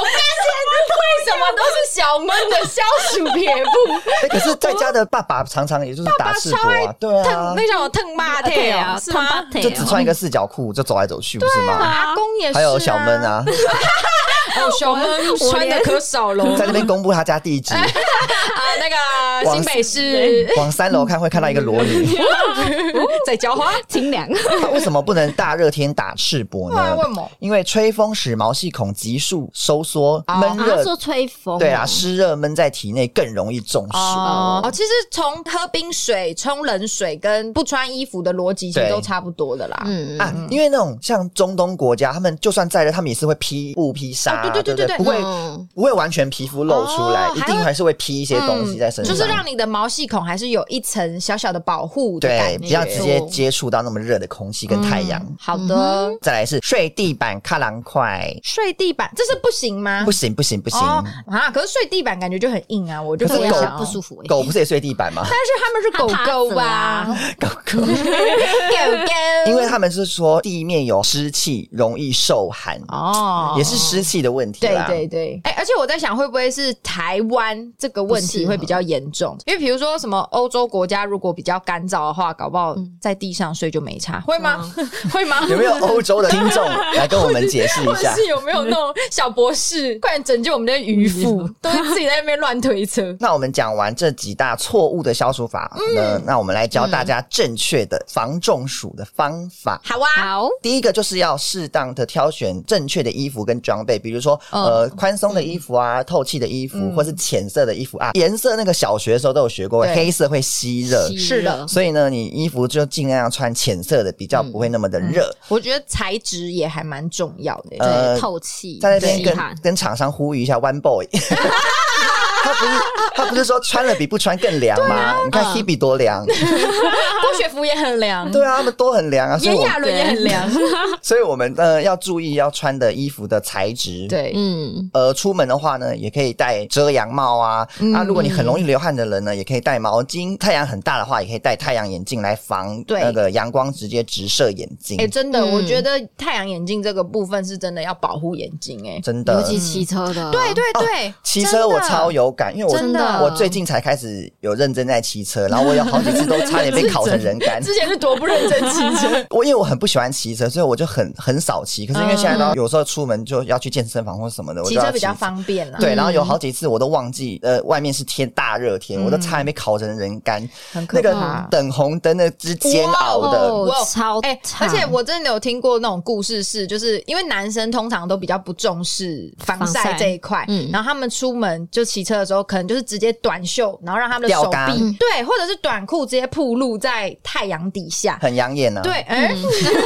[SPEAKER 2] 为什么都是小闷的消暑撇步？
[SPEAKER 1] 哎可是在家的爸爸常常也就是打赤膊啊，对 (laughs) 啊
[SPEAKER 2] 烫，那叫我烫骂
[SPEAKER 3] 对
[SPEAKER 2] 贴
[SPEAKER 3] 啊，
[SPEAKER 2] 啊，是吗？
[SPEAKER 1] 就只穿一个四角裤就走来走去，不是吗？
[SPEAKER 2] 阿公也是，
[SPEAKER 1] 还有小闷，
[SPEAKER 2] (laughs)
[SPEAKER 1] 啊，
[SPEAKER 2] 哦，小闷
[SPEAKER 3] 我
[SPEAKER 2] 穿的
[SPEAKER 3] 连
[SPEAKER 2] 可少喽
[SPEAKER 1] 在那边公布他家地址，
[SPEAKER 2] 啊，那个
[SPEAKER 1] 往
[SPEAKER 2] 新北市
[SPEAKER 1] 往三楼看会看到一个裸女，
[SPEAKER 2] 在浇花，
[SPEAKER 3] (laughs) 清凉，
[SPEAKER 1] 那 (laughs) 为什么不能大热天打赤膊
[SPEAKER 2] 对啊
[SPEAKER 1] 呢？
[SPEAKER 2] 嗯为什么
[SPEAKER 1] 因为吹风使毛细孔急速收缩，
[SPEAKER 2] 哦
[SPEAKER 1] 闷
[SPEAKER 2] 啊
[SPEAKER 3] 他
[SPEAKER 1] 热
[SPEAKER 3] 说。吹风，
[SPEAKER 1] 对啊，湿热闷在体内更容易中暑。
[SPEAKER 2] 哦哦，其实从喝冰水、冲冷水跟不穿衣服的逻辑其实
[SPEAKER 1] 对
[SPEAKER 2] 都差不多的啦。
[SPEAKER 3] 嗯，
[SPEAKER 1] 啊，因为那种像中东国家，他们就算再热，他们也是会披布披纱啊，
[SPEAKER 2] 哦对对
[SPEAKER 1] 对
[SPEAKER 2] 对对
[SPEAKER 1] 不会
[SPEAKER 3] 嗯
[SPEAKER 1] 不会完全皮肤露出来
[SPEAKER 2] 哦，嗯
[SPEAKER 1] 一定还是会披一些东西在身上，
[SPEAKER 2] 就是让你的毛细孔还是有一层小小的保护的感
[SPEAKER 1] 对
[SPEAKER 2] 觉。嗯
[SPEAKER 1] 不要直接接触到那么热的空气跟太阳。
[SPEAKER 2] 好的，
[SPEAKER 1] 再来是睡地板，卡郎快，
[SPEAKER 2] 睡地板这是不行吗？
[SPEAKER 1] 不行不行不行，
[SPEAKER 2] 啊哦啊！可是睡地板感觉就很硬啊，我就
[SPEAKER 1] 可
[SPEAKER 2] 不
[SPEAKER 1] 是
[SPEAKER 2] 会
[SPEAKER 1] 狗
[SPEAKER 2] 想要
[SPEAKER 3] 不舒服欸
[SPEAKER 1] 狗不是也睡地
[SPEAKER 2] (laughs)
[SPEAKER 1] 板吗？
[SPEAKER 2] 但是他们是狗狗吧？
[SPEAKER 1] 狗狗，
[SPEAKER 2] 狗啊狗，
[SPEAKER 1] 啊因为他们是说地面有湿气，容易受寒，
[SPEAKER 2] 哦
[SPEAKER 1] 也是啊湿气的问题
[SPEAKER 2] 对
[SPEAKER 1] 啦。
[SPEAKER 2] 对对，哎、而且我在想，会不会是台湾这个问
[SPEAKER 1] 啊
[SPEAKER 2] 题会比较严重？因为比如说什么欧洲国家如果比较干燥的话，搞不好在地上睡就没差，会吗？ (laughs) 会吗？
[SPEAKER 1] 嗯有没有欧洲的听众来跟我们解释一
[SPEAKER 2] 或者 (laughs)
[SPEAKER 1] 下？
[SPEAKER 2] 是有没有那种小博士，快点拯救我们的渔夫，
[SPEAKER 1] 嗯
[SPEAKER 2] 都是自己在那边乱推车。
[SPEAKER 1] 那我们讲完这几大错误的消暑法呢，
[SPEAKER 2] 嗯
[SPEAKER 1] 那我们来教大家正确的防中暑的方法。
[SPEAKER 2] 好啊，
[SPEAKER 3] 好，
[SPEAKER 1] 第一个就是要适当的挑选正确的衣服跟装备，比如说、
[SPEAKER 2] 哦
[SPEAKER 1] 呃宽松的衣服
[SPEAKER 2] 嗯
[SPEAKER 1] 啊、透气的衣服，或是浅色的衣服啊。颜色那个小学的时候都有学过，
[SPEAKER 2] 对
[SPEAKER 1] 黑色会吸热，
[SPEAKER 2] 是的
[SPEAKER 1] 所以呢，你衣服就尽量穿浅色的，比较
[SPEAKER 2] 嗯
[SPEAKER 1] 不会那么的热。
[SPEAKER 2] 我觉得材质也还蛮重要的、
[SPEAKER 1] 呃
[SPEAKER 3] 对，透气，
[SPEAKER 1] 在那边
[SPEAKER 3] 吸汗
[SPEAKER 1] 跟跟厂商呼吁一下，One Boy。他不是他不是说穿了比不穿更凉吗？
[SPEAKER 2] 啊
[SPEAKER 1] 你看
[SPEAKER 3] 嗯
[SPEAKER 1] Hebe 多凉， (laughs)
[SPEAKER 2] 郭雪芙也很凉，
[SPEAKER 1] 对啊，他们都很凉啊，所以
[SPEAKER 2] 炎
[SPEAKER 1] 我
[SPEAKER 2] 亚纶也很凉，
[SPEAKER 1] 所以我们呃要注意要穿的衣服的材质。，
[SPEAKER 2] (laughs) 对。
[SPEAKER 3] 嗯，
[SPEAKER 1] 呃，出门的话呢，也可以戴遮阳帽啊。
[SPEAKER 2] 嗯
[SPEAKER 1] 啊，如果你很容易流汗的人呢，也可以戴毛巾。太阳很大的话，也可以戴太阳眼镜来防
[SPEAKER 2] 对
[SPEAKER 1] 那个阳光直接直射眼睛
[SPEAKER 2] 哎、。真的，
[SPEAKER 3] 嗯
[SPEAKER 2] 我觉得太阳眼镜这个部分是真的要保护眼睛、哎，哦
[SPEAKER 1] 真的
[SPEAKER 3] 尤，其骑车的，
[SPEAKER 2] 对对对，
[SPEAKER 1] 骑车我超有干，因为我
[SPEAKER 2] 真的
[SPEAKER 1] 我最近才开始有认真在骑车，然后我有好几次都差点被烤成人干。
[SPEAKER 2] 之前是多不认真 (laughs) 骑车，
[SPEAKER 1] 我因为我很不喜欢骑车，所以我就很很少骑。可是因为现在呢，有时候出门就要去健身房或什么的，我就
[SPEAKER 2] 嗯骑
[SPEAKER 1] 要
[SPEAKER 2] 车比较方便啊嗯啦，
[SPEAKER 1] 对，然后有好几次我都忘记，呃，外面是天大热天，我都差点被烤成人干。
[SPEAKER 2] 很嗯可
[SPEAKER 1] 那个
[SPEAKER 2] 怕。
[SPEAKER 1] 等红灯那之煎熬的，
[SPEAKER 3] 哇
[SPEAKER 2] 我
[SPEAKER 3] 超
[SPEAKER 2] 哎、
[SPEAKER 3] 长
[SPEAKER 2] 而且我真的有听过那种故事是，就是因为男生通常都比较不重视防
[SPEAKER 3] 防
[SPEAKER 2] 晒
[SPEAKER 3] 晒
[SPEAKER 2] 这一块，
[SPEAKER 3] 嗯
[SPEAKER 2] 然后他们出门就骑车的时候，可能就是直接短袖，然后让他们的
[SPEAKER 1] 吊
[SPEAKER 2] 手
[SPEAKER 1] 嘎
[SPEAKER 2] 臂对，或者是短裤直接暴露在太阳底下，
[SPEAKER 1] 很养眼啊。
[SPEAKER 2] 对，哎、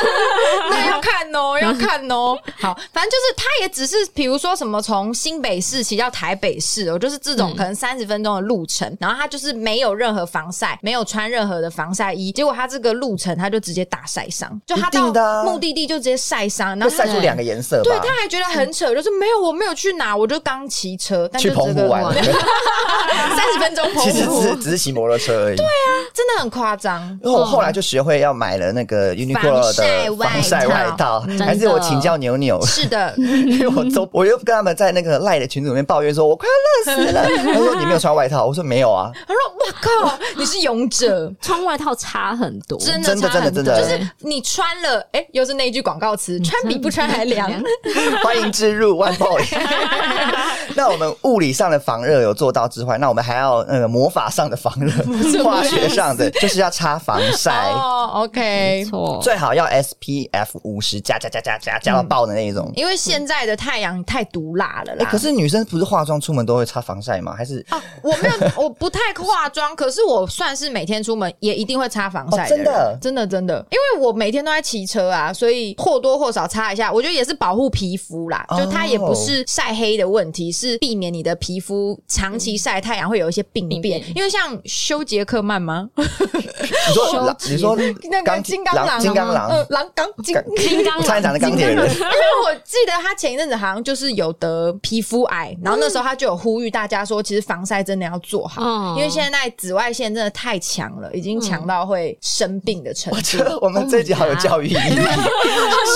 [SPEAKER 2] (laughs) 那要看哦，要看哦。好，反正就是他也只是，比如说什么从新北市骑到台北市哦，就是这种可能三十分钟的路程，然后他就是没有任何防晒，没有穿任何的防晒衣，结果他这个路程他就直接打晒伤，就他
[SPEAKER 1] 一定的啊
[SPEAKER 2] 到目的地就直接晒伤，然
[SPEAKER 1] 会
[SPEAKER 2] 后他
[SPEAKER 1] 晒出两个颜色
[SPEAKER 2] 对
[SPEAKER 1] 吧。
[SPEAKER 2] 他还觉得很扯，就是没有我没有去哪，我就刚骑车，但
[SPEAKER 1] 去
[SPEAKER 2] 就
[SPEAKER 1] 澎
[SPEAKER 2] 这
[SPEAKER 1] 湖
[SPEAKER 2] 个
[SPEAKER 1] (laughs) 玩，
[SPEAKER 2] 三十分钟澎
[SPEAKER 1] 其实只
[SPEAKER 2] 湖
[SPEAKER 1] 是，只是骑摩托车而已。对啊，
[SPEAKER 2] 真的很夸张。
[SPEAKER 1] 因为我后来就学会要买了那个 Uniqlo 的嗯防
[SPEAKER 2] 防
[SPEAKER 1] 晒
[SPEAKER 2] 晒
[SPEAKER 1] 外
[SPEAKER 2] 外
[SPEAKER 1] 套
[SPEAKER 2] 套，
[SPEAKER 1] 还是我请教牛 (laughs) 牛。
[SPEAKER 2] 是的，
[SPEAKER 1] 因为我都，我又跟他们在那个赖的群组里面抱怨说，我快要热死 (laughs) 了。他说你没有穿外套，我说没有啊，
[SPEAKER 2] 他说：“我靠，你是勇者，
[SPEAKER 3] 穿外套差很多，
[SPEAKER 2] 真
[SPEAKER 1] 真
[SPEAKER 2] 的
[SPEAKER 1] 的
[SPEAKER 2] 差很
[SPEAKER 1] 真的
[SPEAKER 2] 多，
[SPEAKER 1] 真的
[SPEAKER 2] 就是你穿了，哎、又是那一句广告词，穿比不嗯穿还凉。
[SPEAKER 1] 欢迎置入 One Boy。那我们物理上的防热有做到之外，那我们还要那个魔法上的防热，化学上 (laughs) 的就是要擦防 (laughs) 晒，
[SPEAKER 2] 哦
[SPEAKER 3] (laughs) 没
[SPEAKER 2] ，OK。
[SPEAKER 3] 错，
[SPEAKER 1] 最好要 SPF 五十加加加加加加到爆的那一种。
[SPEAKER 2] 因为现在的太阳太毒辣了
[SPEAKER 1] 哎、
[SPEAKER 2] 啦。
[SPEAKER 1] 可是女生不是化妆出门都会擦防晒吗？还是
[SPEAKER 2] 啊，我没有， (laughs) 我不太化妆，可是我算是每天出门也一定会擦防晒
[SPEAKER 1] 哦真
[SPEAKER 2] 人、
[SPEAKER 1] 的
[SPEAKER 2] 真的，真的，因为我每天都在骑车啊，所以或多或少擦一下，我觉得也是保护皮肤啦，
[SPEAKER 1] 哦
[SPEAKER 2] 就它也不是晒黑的问题，是避免你的皮肤长
[SPEAKER 1] 嗯
[SPEAKER 2] 期晒太阳会有一些病变，
[SPEAKER 3] 病变
[SPEAKER 2] 因为像修杰克曼吗？
[SPEAKER 1] 你说狼你说
[SPEAKER 2] (laughs) 那个金刚狼，
[SPEAKER 1] 金刚狼，
[SPEAKER 2] 呃，狼钢
[SPEAKER 1] (laughs)
[SPEAKER 2] 金
[SPEAKER 1] 钢。
[SPEAKER 3] 金刚
[SPEAKER 1] 我差点讲的钢铁人，
[SPEAKER 2] 因为我记得他前一阵子好像就是有得皮肤癌，然后那时候他就有呼吁大家说，其实防晒真的要做好，
[SPEAKER 3] 嗯
[SPEAKER 2] 因为现在紫外线真的太强了，已经强到会生病的程
[SPEAKER 1] 我觉
[SPEAKER 2] 度。
[SPEAKER 1] 得我们这集好有教育意
[SPEAKER 2] (laughs)
[SPEAKER 1] 义，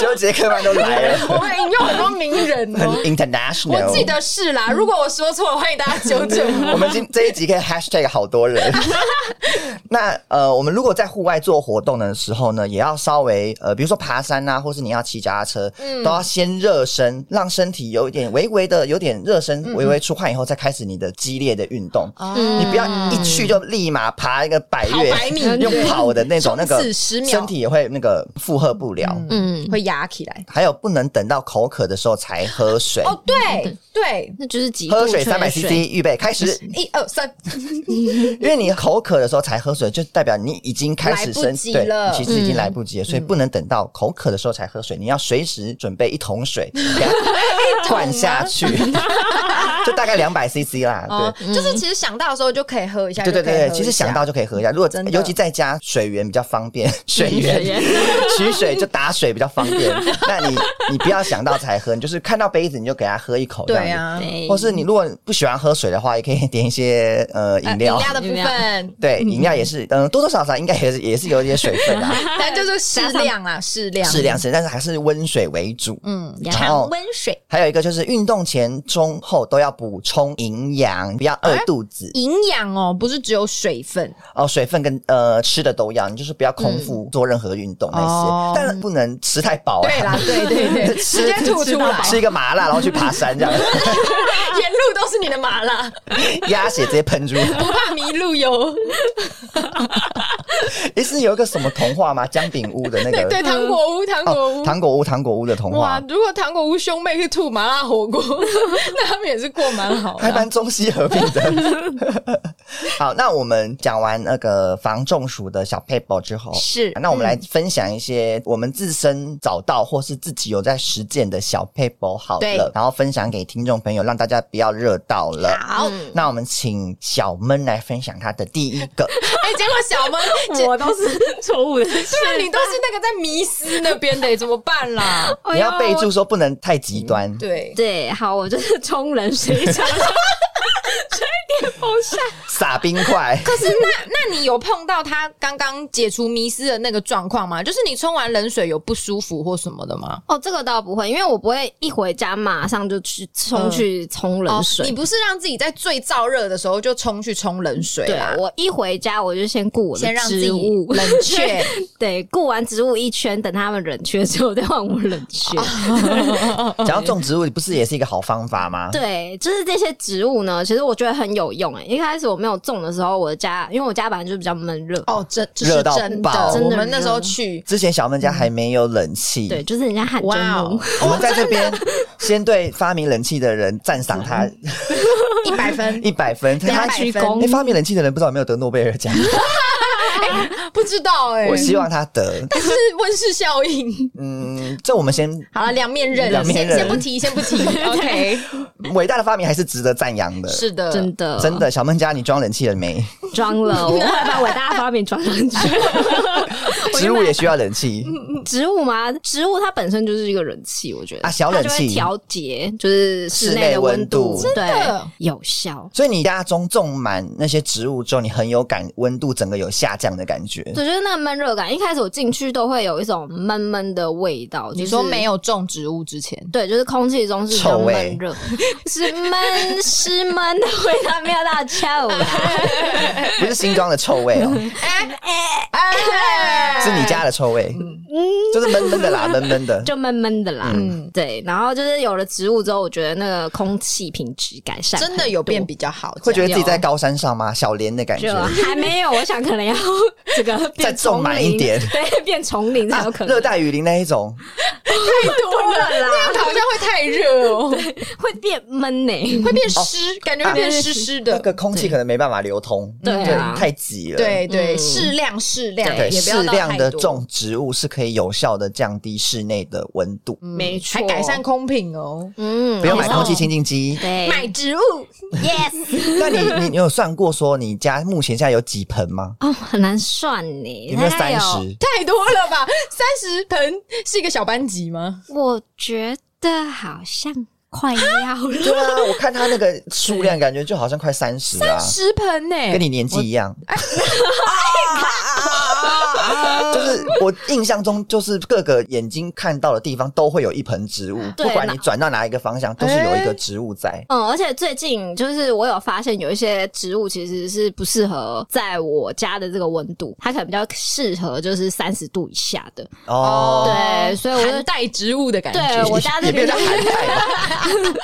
[SPEAKER 1] 修杰克曼都来
[SPEAKER 2] 我
[SPEAKER 1] 了，
[SPEAKER 2] 们引用很多名人
[SPEAKER 1] (laughs) 很嗯
[SPEAKER 2] 哦，
[SPEAKER 1] international。
[SPEAKER 2] 我记得是啦。如果我说错了，欢迎大家纠正
[SPEAKER 1] 我
[SPEAKER 2] 我。
[SPEAKER 1] 们今这一集可以 hashtag 好多人。 (laughs) 那呃，我们如果在户外做活动的时候呢，也要稍微呃，比如说爬山啊，或是你要骑脚踏车，
[SPEAKER 2] 嗯
[SPEAKER 1] 都要先热身，让身体有一点微微的有点热身，微微出汗以后，再开始你的激烈的运动。
[SPEAKER 2] 嗯
[SPEAKER 3] 啊
[SPEAKER 1] 你不要一去就立马爬一个百越
[SPEAKER 2] 跑百米
[SPEAKER 1] (laughs) 用跑的那种，那
[SPEAKER 2] 冲
[SPEAKER 1] 个
[SPEAKER 2] 刺10秒
[SPEAKER 1] 身体也会那个负荷不了。
[SPEAKER 3] 嗯，
[SPEAKER 2] 会压起来。
[SPEAKER 1] 还有不能等到口渴的时候才喝水，
[SPEAKER 2] 哦，
[SPEAKER 3] 嗯
[SPEAKER 2] 对对，
[SPEAKER 3] 那就是几度
[SPEAKER 1] 喝水
[SPEAKER 3] 吹
[SPEAKER 1] 三百 CC，预备开始。
[SPEAKER 2] 一二三，
[SPEAKER 1] 因为你口渴的时候才喝水，就代表你已经开始
[SPEAKER 2] 来
[SPEAKER 1] 生
[SPEAKER 2] 不及
[SPEAKER 1] 对，
[SPEAKER 2] 了嗯
[SPEAKER 1] 你其实已经来不及了，所以不能等到口渴的时候才喝水，你要随时准备一桶水
[SPEAKER 2] (laughs)
[SPEAKER 1] 给它灌下去， (laughs) 就大概两百 CC 啦。
[SPEAKER 2] 哦
[SPEAKER 1] 对，
[SPEAKER 2] 就是其实想到的时候就可以喝一下，
[SPEAKER 1] 对对
[SPEAKER 2] 就可以
[SPEAKER 1] 对对，
[SPEAKER 2] 喝一
[SPEAKER 1] 其实想
[SPEAKER 2] 下
[SPEAKER 1] 到就可以喝一下。如果
[SPEAKER 2] 真的嗯
[SPEAKER 1] 尤其在家水源比较方便，水源
[SPEAKER 3] 水源
[SPEAKER 1] (laughs) 取水就打水比较方
[SPEAKER 2] (laughs)
[SPEAKER 1] 便。那你你不要想到才喝，你就是看到杯子你就给它喝一口，这样子。
[SPEAKER 2] 对啊，
[SPEAKER 3] 对
[SPEAKER 1] 或是你如果不喜欢喝水的话，也可以点一些呃
[SPEAKER 2] 呃
[SPEAKER 1] 饮料。
[SPEAKER 2] 饮料的部
[SPEAKER 3] 饮料
[SPEAKER 2] 分，
[SPEAKER 1] 对，饮料也是，嗯，多多少少应
[SPEAKER 2] (laughs)
[SPEAKER 1] 该也是也是有一点水分啊，
[SPEAKER 2] 但就是适量啊，适量，
[SPEAKER 1] 适量是，但是还是温水为主。
[SPEAKER 2] 嗯，
[SPEAKER 1] 然后
[SPEAKER 3] 常温水，
[SPEAKER 1] 还有一个就是运动前、中、后都要补充营养，不要饿
[SPEAKER 2] 啊
[SPEAKER 1] 肚子
[SPEAKER 2] 营养哦，不是只有水分，
[SPEAKER 1] 哦。水分跟呃吃的都要，你就是不要空腹做任何运动那些
[SPEAKER 2] 嗯哦，
[SPEAKER 1] 但是不能吃太饱啊。
[SPEAKER 2] 对
[SPEAKER 1] (laughs)
[SPEAKER 2] 啦，对对对，直接吐出来，
[SPEAKER 1] 吃一个麻辣，然后去爬山这
[SPEAKER 2] (laughs)
[SPEAKER 1] 样，
[SPEAKER 2] 沿路都是你的
[SPEAKER 1] (laughs)
[SPEAKER 2] 麻辣，
[SPEAKER 1] 鸭血直接喷出来。
[SPEAKER 2] 不怕迷路哟。
[SPEAKER 1] 诶是有一个什么童话吗？姜饼屋的那
[SPEAKER 2] 对
[SPEAKER 1] 个
[SPEAKER 2] 对，糖果屋，糖果
[SPEAKER 1] 呃哦，
[SPEAKER 2] 屋。
[SPEAKER 1] 糖果屋，糖果屋的童话
[SPEAKER 2] 哇！。如果糖果屋兄妹是吐麻辣火锅， (laughs) 那他们也是过蛮好
[SPEAKER 1] 还
[SPEAKER 2] 的。
[SPEAKER 1] 蛮中西合并的。
[SPEAKER 2] (laughs)
[SPEAKER 1] (laughs) 好，那我们讲完那个防中暑的小 paper 之后，
[SPEAKER 2] 是
[SPEAKER 1] 那我们来分享一些我们自身找到或是自己有在实践的小 paper 好
[SPEAKER 2] 对
[SPEAKER 1] 了，然后分享给听众朋友，让大家不要热到了。
[SPEAKER 2] 好，
[SPEAKER 1] 那我们请小闷来分享他的第一
[SPEAKER 2] (laughs)
[SPEAKER 1] 个，
[SPEAKER 2] 哎，结果
[SPEAKER 1] (laughs)
[SPEAKER 2] 小闷，姐
[SPEAKER 3] 我 (laughs) 都是错误的，
[SPEAKER 2] 对啊，你都是那个在迷失那边的，怎么办
[SPEAKER 1] (laughs)
[SPEAKER 2] 啦？
[SPEAKER 1] 你要备注说不能太极端。
[SPEAKER 2] 哎对，
[SPEAKER 3] 对，好，我就是冲冷水枪，吹
[SPEAKER 2] 风扇。
[SPEAKER 1] 撒冰块，
[SPEAKER 2] (laughs) 可是那那你有碰到他刚刚解除迷失的那个状况吗？就是你冲完冷水有不舒服或什么的吗？
[SPEAKER 3] (laughs) 哦，这个倒不会，因为我不会一回家马上就去冲去冲冷水。
[SPEAKER 2] 哦你不是让自己在最燥热的时候就冲去冲冷水
[SPEAKER 3] 对
[SPEAKER 2] 啊？
[SPEAKER 3] 我一回家我就先顾我的
[SPEAKER 2] 先让自
[SPEAKER 3] 植
[SPEAKER 2] 己 (laughs)
[SPEAKER 3] 物，
[SPEAKER 2] 冷却，
[SPEAKER 3] 对，顾完植物一圈，等它们冷却之后再换我冷却。
[SPEAKER 2] 啊
[SPEAKER 1] 讲到种植物，不是也是一个好方法吗？
[SPEAKER 3] 对，就是这些植物呢，其实我觉得很有用诶、一开始我没有种的时候，我的家因为我家本来就比较闷热，
[SPEAKER 2] 哦，真这是
[SPEAKER 1] 热到
[SPEAKER 2] 真的
[SPEAKER 1] 爆，
[SPEAKER 3] 真的
[SPEAKER 2] 我们那时候
[SPEAKER 3] 热
[SPEAKER 2] 去，
[SPEAKER 1] 之前小闷家还没有冷气，
[SPEAKER 3] 对，就是人家喊蒸
[SPEAKER 2] 哇
[SPEAKER 3] 笼
[SPEAKER 2] 哦，
[SPEAKER 1] 我们在这边先对发明冷气的人赞赏他
[SPEAKER 2] 一百分，
[SPEAKER 1] 一百分，
[SPEAKER 3] 等
[SPEAKER 1] 他
[SPEAKER 3] 他
[SPEAKER 2] 100
[SPEAKER 3] 鞠
[SPEAKER 2] 嗯分
[SPEAKER 1] 哎
[SPEAKER 3] 躬。
[SPEAKER 1] 发明冷气的人不知道有没有得诺贝尔奖？
[SPEAKER 2] (laughs) 不知道哎、
[SPEAKER 1] 我希望他得。
[SPEAKER 2] 但是温室效应。
[SPEAKER 1] 嗯，这我们先
[SPEAKER 2] 好了，两面刃，
[SPEAKER 1] 两面刃
[SPEAKER 2] 先先不提，先不 (laughs) 提。OK，
[SPEAKER 1] 伟大的发明还是值得赞扬的。
[SPEAKER 2] 是的，
[SPEAKER 3] 真的，
[SPEAKER 1] 真的，小闷家你装冷气了
[SPEAKER 3] (laughs)
[SPEAKER 1] 没？
[SPEAKER 3] 装了，我后来把伟大的发明装上去。
[SPEAKER 1] (laughs) 植物也需要冷
[SPEAKER 3] (laughs)
[SPEAKER 1] 气，
[SPEAKER 3] 植物吗？植物它本身就是一个人气，我觉得
[SPEAKER 1] 啊小冷气
[SPEAKER 3] 它就会调节就是室
[SPEAKER 1] 室内
[SPEAKER 3] 内的温
[SPEAKER 1] 温度
[SPEAKER 2] 真
[SPEAKER 3] 对
[SPEAKER 2] 的，
[SPEAKER 3] 有效。
[SPEAKER 1] 所以你家中种满那些植物之后，你很有感，温度整个有下降的感觉。
[SPEAKER 3] 对，就是那个闷热感。一开始我进去都会有一种闷闷的味道，
[SPEAKER 2] 你说没
[SPEAKER 3] 有？
[SPEAKER 2] 有种植物之前，
[SPEAKER 3] 对，就是空气中是比较
[SPEAKER 1] 臭味
[SPEAKER 3] 闷
[SPEAKER 2] (laughs)
[SPEAKER 3] 热，是闷湿闷的味道，没有到臭
[SPEAKER 2] (laughs)
[SPEAKER 3] 啦。
[SPEAKER 1] 不是新装的臭味
[SPEAKER 3] (laughs)
[SPEAKER 1] 哦，
[SPEAKER 2] 哎
[SPEAKER 1] 是你家的臭味，
[SPEAKER 3] 嗯
[SPEAKER 1] 就是闷闷的啦，闷闷
[SPEAKER 3] (laughs)
[SPEAKER 1] 的。
[SPEAKER 3] 就闷闷的啦。
[SPEAKER 1] 嗯
[SPEAKER 3] 对。然后就是有了植物之后，我觉得那个空气品质改善，
[SPEAKER 2] 真的有变。比较好，
[SPEAKER 1] 会觉得
[SPEAKER 2] 这
[SPEAKER 1] 自
[SPEAKER 2] 样
[SPEAKER 1] 己在高山上吗？小莲的感
[SPEAKER 3] 就
[SPEAKER 1] 觉，
[SPEAKER 3] 还没有，我啊想可能要这个
[SPEAKER 1] 再
[SPEAKER 3] 变
[SPEAKER 1] 种
[SPEAKER 3] 丛
[SPEAKER 1] 满一
[SPEAKER 3] 林
[SPEAKER 1] 点
[SPEAKER 3] (laughs) 对，变丛林 (laughs) 才有可能。
[SPEAKER 1] 啊热带雨林那一种，
[SPEAKER 2] 太多了啦，啊好像会太热哦，
[SPEAKER 3] 会变闷呢、
[SPEAKER 1] 嗯
[SPEAKER 2] 会变湿，感觉会变湿湿
[SPEAKER 1] 那
[SPEAKER 2] 的。
[SPEAKER 1] 个空气可能没办法流通，
[SPEAKER 3] 对啊
[SPEAKER 1] 太挤了。
[SPEAKER 2] 对对，
[SPEAKER 3] 嗯
[SPEAKER 2] 适量适量，
[SPEAKER 1] 对，
[SPEAKER 2] 也不要
[SPEAKER 1] 适
[SPEAKER 2] 到
[SPEAKER 1] 量的
[SPEAKER 2] 太多，
[SPEAKER 1] 种植物是可以有效的降低室内的温度，
[SPEAKER 3] 没错，
[SPEAKER 2] 还改善空品哦。
[SPEAKER 3] 嗯，
[SPEAKER 1] 不用买
[SPEAKER 3] 没错
[SPEAKER 1] 空气清净机。
[SPEAKER 3] 对，
[SPEAKER 2] 买植物，
[SPEAKER 3] yes
[SPEAKER 1] 那你你你有算过说你家目前现在有几盆吗？
[SPEAKER 3] 哦，很难算呢，
[SPEAKER 1] 有没有
[SPEAKER 3] 大概
[SPEAKER 1] 三？十？
[SPEAKER 2] 太多了吧？三十盆是一个小班级吗？
[SPEAKER 3] 我觉得好像快要了。
[SPEAKER 1] 对啊，我看他那个数量，感觉就好像快三十啊，
[SPEAKER 2] 十盆呢、
[SPEAKER 1] 跟你年纪一样。
[SPEAKER 3] 哎
[SPEAKER 1] (laughs) 就是我印象中，就是各个眼睛看到的地方都会有一盆植物，
[SPEAKER 3] 对
[SPEAKER 1] 不管你
[SPEAKER 3] 那
[SPEAKER 1] 转到哪一个方向，都是有一个植物在。
[SPEAKER 3] (laughs) 嗯，而且最近就是我有发现，有一些植物其实是不适合在我家的这个温度，它可能比较适合就是三十度以下的。
[SPEAKER 1] 哦，
[SPEAKER 3] 对所以我就
[SPEAKER 2] 寒带植物的感觉。 (laughs)
[SPEAKER 3] 对我家
[SPEAKER 1] 也
[SPEAKER 3] 是
[SPEAKER 1] 变
[SPEAKER 3] 比
[SPEAKER 1] 成
[SPEAKER 3] 较
[SPEAKER 1] 寒带了。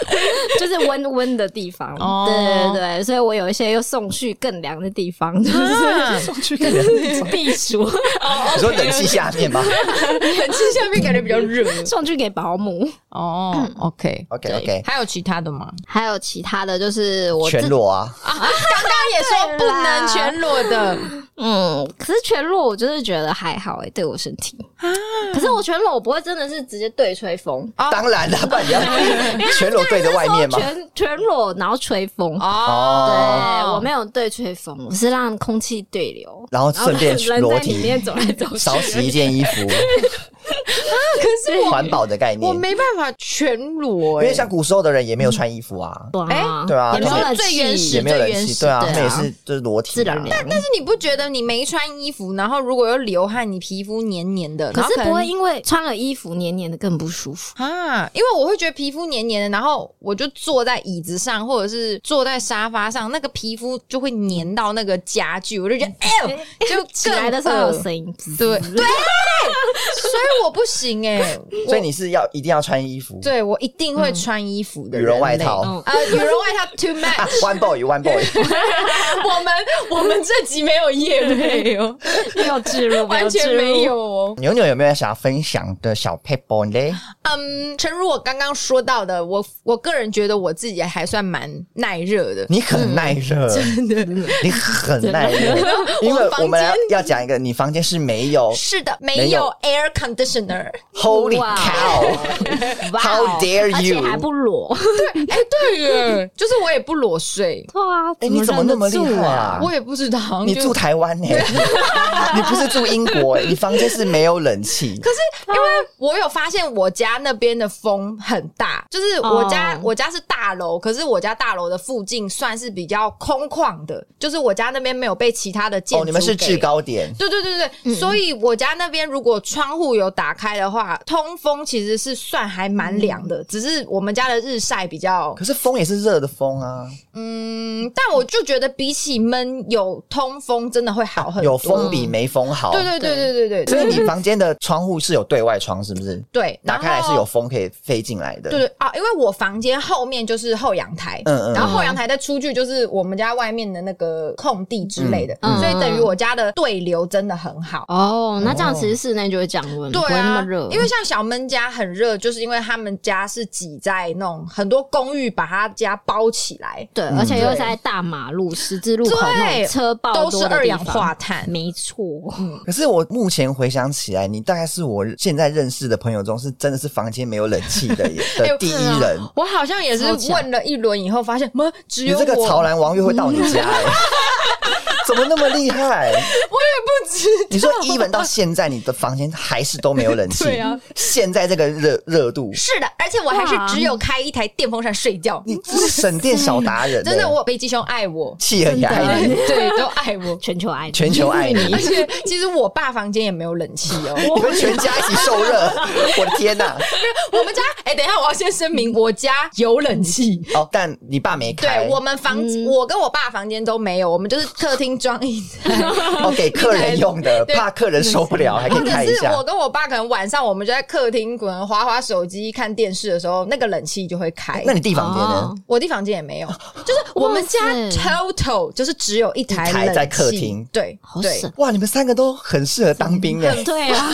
[SPEAKER 3] (laughs) 就是温温的地方。
[SPEAKER 2] 哦
[SPEAKER 3] 对对对，所以我有一些又送去更凉的地方，就是
[SPEAKER 2] 啊
[SPEAKER 3] (laughs) 送去更凉的地方 (laughs) 避暑，
[SPEAKER 1] 你说冷气下
[SPEAKER 3] (laughs)
[SPEAKER 1] 面吗
[SPEAKER 2] 冷气下面感觉比较热。
[SPEAKER 3] 送去给保姆。
[SPEAKER 2] (laughs) 哦，OK，
[SPEAKER 1] 嗯？OK OK，
[SPEAKER 2] 还有其他的吗？
[SPEAKER 3] 还有其他的就是我自
[SPEAKER 1] 全裸啊，
[SPEAKER 2] 刚也说不能全裸的，
[SPEAKER 3] 嗯，可是全裸我就是觉得还好哎、对我身体可是我全裸我不会真的是直接对吹 (laughs) 风，
[SPEAKER 2] 啊
[SPEAKER 1] 当然啦，不然你要
[SPEAKER 3] 哎
[SPEAKER 1] (laughs) 全裸对着外面嘛。
[SPEAKER 3] 全全裸然后吹风。对，
[SPEAKER 1] 哦
[SPEAKER 3] 哦我没有对吹风，我是让空气对流，
[SPEAKER 1] 然后顺便
[SPEAKER 3] 人
[SPEAKER 1] 裸
[SPEAKER 3] 在里
[SPEAKER 1] 体
[SPEAKER 3] 面走来走去。
[SPEAKER 1] 少洗一件衣服，
[SPEAKER 2] 可是我
[SPEAKER 1] 环保的概念
[SPEAKER 2] 我。没办法全裸
[SPEAKER 1] 因
[SPEAKER 2] 哎、
[SPEAKER 1] 为像古时候的人也没有穿衣服啊，
[SPEAKER 3] 哇
[SPEAKER 1] 对啊
[SPEAKER 3] 也哎没有
[SPEAKER 1] 就是
[SPEAKER 3] 冷
[SPEAKER 2] 最原
[SPEAKER 3] 气
[SPEAKER 2] 始
[SPEAKER 1] 也没有人
[SPEAKER 2] 最原
[SPEAKER 1] 气，
[SPEAKER 2] 始
[SPEAKER 1] 对啊，
[SPEAKER 3] 的
[SPEAKER 1] 他
[SPEAKER 3] 啊
[SPEAKER 1] 们也是就是裸体
[SPEAKER 3] 自
[SPEAKER 1] 啊
[SPEAKER 3] 然凉。
[SPEAKER 2] 但是你不觉得你没穿衣服，然后如果又流汗，你皮肤黏黏的，
[SPEAKER 3] 可
[SPEAKER 2] 然后
[SPEAKER 3] 是不
[SPEAKER 2] 能
[SPEAKER 3] 会因为穿了衣服黏黏的更不舒服。
[SPEAKER 2] 啊？因为我会觉得皮肤黏黏的，然后我就坐在椅子上或者是坐在沙发上，那个皮肤就会黏到那个家具，我就觉得哎呦，就更
[SPEAKER 3] 嗯 (laughs) 起来的时候有
[SPEAKER 2] 恶
[SPEAKER 3] 声音， (laughs)
[SPEAKER 2] 对对，所以我不行哎、我
[SPEAKER 1] 所以你是要一定要穿衣服，
[SPEAKER 2] 对我一定会穿衣服的
[SPEAKER 1] 羽绒
[SPEAKER 2] 人
[SPEAKER 1] 外
[SPEAKER 2] 类
[SPEAKER 1] 套。
[SPEAKER 3] 嗯
[SPEAKER 2] 啊，羽绒外套 too much (laughs)
[SPEAKER 1] 啊。，One boy One boy，
[SPEAKER 2] 我们我们这集没有夜配
[SPEAKER 3] (laughs)
[SPEAKER 2] 哦，
[SPEAKER 3] 没有置入，
[SPEAKER 2] 完全没有。哦。
[SPEAKER 1] 牛牛有没有想要分享的小 p a p e r 嘞？
[SPEAKER 2] 嗯，诚如我刚刚说到的，我我个人觉得我自己还算蛮耐热的。
[SPEAKER 1] 你很耐热，真的，你 (laughs) 很耐热，因为我们要要讲一个，你房间是没有
[SPEAKER 2] 是的，
[SPEAKER 1] 哦没
[SPEAKER 2] 没
[SPEAKER 1] 有
[SPEAKER 2] 有 air conditioner。
[SPEAKER 1] Holy
[SPEAKER 3] 哇
[SPEAKER 1] cow！
[SPEAKER 3] 哇
[SPEAKER 1] How dare
[SPEAKER 3] 而
[SPEAKER 1] you
[SPEAKER 3] 且还不裸，
[SPEAKER 2] 哎、对耶， (laughs) 就是我也不裸睡，
[SPEAKER 3] 对啊，
[SPEAKER 1] 哎，你怎么
[SPEAKER 3] 忍
[SPEAKER 1] 那
[SPEAKER 3] 得
[SPEAKER 1] 么厉
[SPEAKER 3] 住
[SPEAKER 1] 害啊？
[SPEAKER 2] 我也不知道。
[SPEAKER 1] 你
[SPEAKER 2] 就
[SPEAKER 1] 住台湾呢、 (laughs) 你不是住英国、欸你房间是没有冷气。可是
[SPEAKER 2] 因为我有发现我家那边的风很大，就是我家、
[SPEAKER 1] 啊
[SPEAKER 3] 哦
[SPEAKER 2] 我家是大楼，可是我家大楼的附近算是比较空旷的，就是我家那边没有被其他的建筑、
[SPEAKER 1] 哦，你们是制。高嗯点，
[SPEAKER 2] 对对对对，所以我家那边如果窗户有打开的话，通风其实是算还蛮凉的，只是我们家的日晒比较
[SPEAKER 1] 可是风也是热的风啊，
[SPEAKER 2] 嗯，但我就觉得比起闷有通风真的会好很多。
[SPEAKER 1] 有风比没风好。
[SPEAKER 2] 对对对对对对
[SPEAKER 1] 所
[SPEAKER 2] 对
[SPEAKER 1] 以你房间的窗户是有对外窗，是不是？
[SPEAKER 2] 对，
[SPEAKER 1] 打
[SPEAKER 2] 然后
[SPEAKER 1] 开来是有风可以飞进来的。
[SPEAKER 2] 对对啊，因为我房间后面就是后阳台，
[SPEAKER 1] 嗯嗯嗯
[SPEAKER 2] 然后后阳台再出去就是我们家外面的那个空地之类的，
[SPEAKER 3] 嗯嗯
[SPEAKER 2] 所以等于我家的对流真的很好。
[SPEAKER 3] 哦，那这样其实室内就会降温，
[SPEAKER 2] 对
[SPEAKER 3] 嗯不会那
[SPEAKER 2] 啊
[SPEAKER 3] 么热，，
[SPEAKER 2] 因为像小闷家很热，就是因为他们家是挤在那种很多公寓把他家包起来，
[SPEAKER 3] 对，而且又
[SPEAKER 2] 对
[SPEAKER 3] 在大马路、十字路口那
[SPEAKER 2] 对
[SPEAKER 3] 种车爆
[SPEAKER 2] 都
[SPEAKER 3] 多
[SPEAKER 2] 是
[SPEAKER 3] 的
[SPEAKER 2] 二
[SPEAKER 3] 地
[SPEAKER 2] 氧
[SPEAKER 3] 方
[SPEAKER 2] 化碳。
[SPEAKER 3] 没错，
[SPEAKER 1] 可是我目前回想起来，你大概是我现在认识的朋友中，是真的是房间没有冷气的
[SPEAKER 2] (laughs)
[SPEAKER 1] 耶的第一人。
[SPEAKER 2] 哎我好像也是
[SPEAKER 3] 超强
[SPEAKER 2] 问了一轮以后，发现么只
[SPEAKER 1] 你
[SPEAKER 2] 有我，
[SPEAKER 1] 这个潮男王月会到你家哎、
[SPEAKER 2] (laughs)
[SPEAKER 1] 怎么那么厉害？
[SPEAKER 2] 不知
[SPEAKER 1] 你说 even 到现在，你的房间还是都没有冷气？
[SPEAKER 2] 对啊，
[SPEAKER 1] 现在这个热热度，
[SPEAKER 2] 是的，而且我还
[SPEAKER 3] 哇
[SPEAKER 2] 是只有开一台电风扇睡觉。
[SPEAKER 1] 你真是省电小达人、欸，，
[SPEAKER 2] (laughs) 真的，我有北极熊爱我
[SPEAKER 1] 气很牙
[SPEAKER 3] 真
[SPEAKER 1] 医
[SPEAKER 3] 的，
[SPEAKER 2] (laughs) 对，都爱我。
[SPEAKER 3] 全球爱
[SPEAKER 1] 全球 (laughs) 爱你
[SPEAKER 2] (laughs) 而。且其实我爸房间也没有冷气
[SPEAKER 1] (laughs)
[SPEAKER 2] 哦。
[SPEAKER 1] 你们全家一起受热，我的天哪、
[SPEAKER 2] 我们家，哎、等一下，我要先声明，我家有冷气。
[SPEAKER 1] 哦，但你爸没开，
[SPEAKER 2] 对我们房，
[SPEAKER 1] 嗯
[SPEAKER 2] 我跟我爸房间都没有，我们就是客厅装一台，
[SPEAKER 1] 哦给客人用的，
[SPEAKER 2] 对
[SPEAKER 1] 怕客人受不了， (laughs) 还可
[SPEAKER 2] 或
[SPEAKER 1] 以
[SPEAKER 2] 者
[SPEAKER 1] 开一
[SPEAKER 2] 是
[SPEAKER 1] 下
[SPEAKER 2] 我。跟我爸可能晚上我们就在客厅可能滑滑手机、看电视的时候，那个冷气就会开。
[SPEAKER 1] 那你弟房间呢
[SPEAKER 3] 哦？
[SPEAKER 2] 我弟房间也
[SPEAKER 1] (laughs)
[SPEAKER 2] 没有，就是我们家
[SPEAKER 3] 哇塞
[SPEAKER 2] total 就是只有一台
[SPEAKER 1] 一台
[SPEAKER 2] 冷气
[SPEAKER 1] 在客厅
[SPEAKER 2] 对，
[SPEAKER 3] 好
[SPEAKER 2] 对
[SPEAKER 3] 省，
[SPEAKER 1] 哇，你们三个都很适合当兵哎、
[SPEAKER 3] 对啊，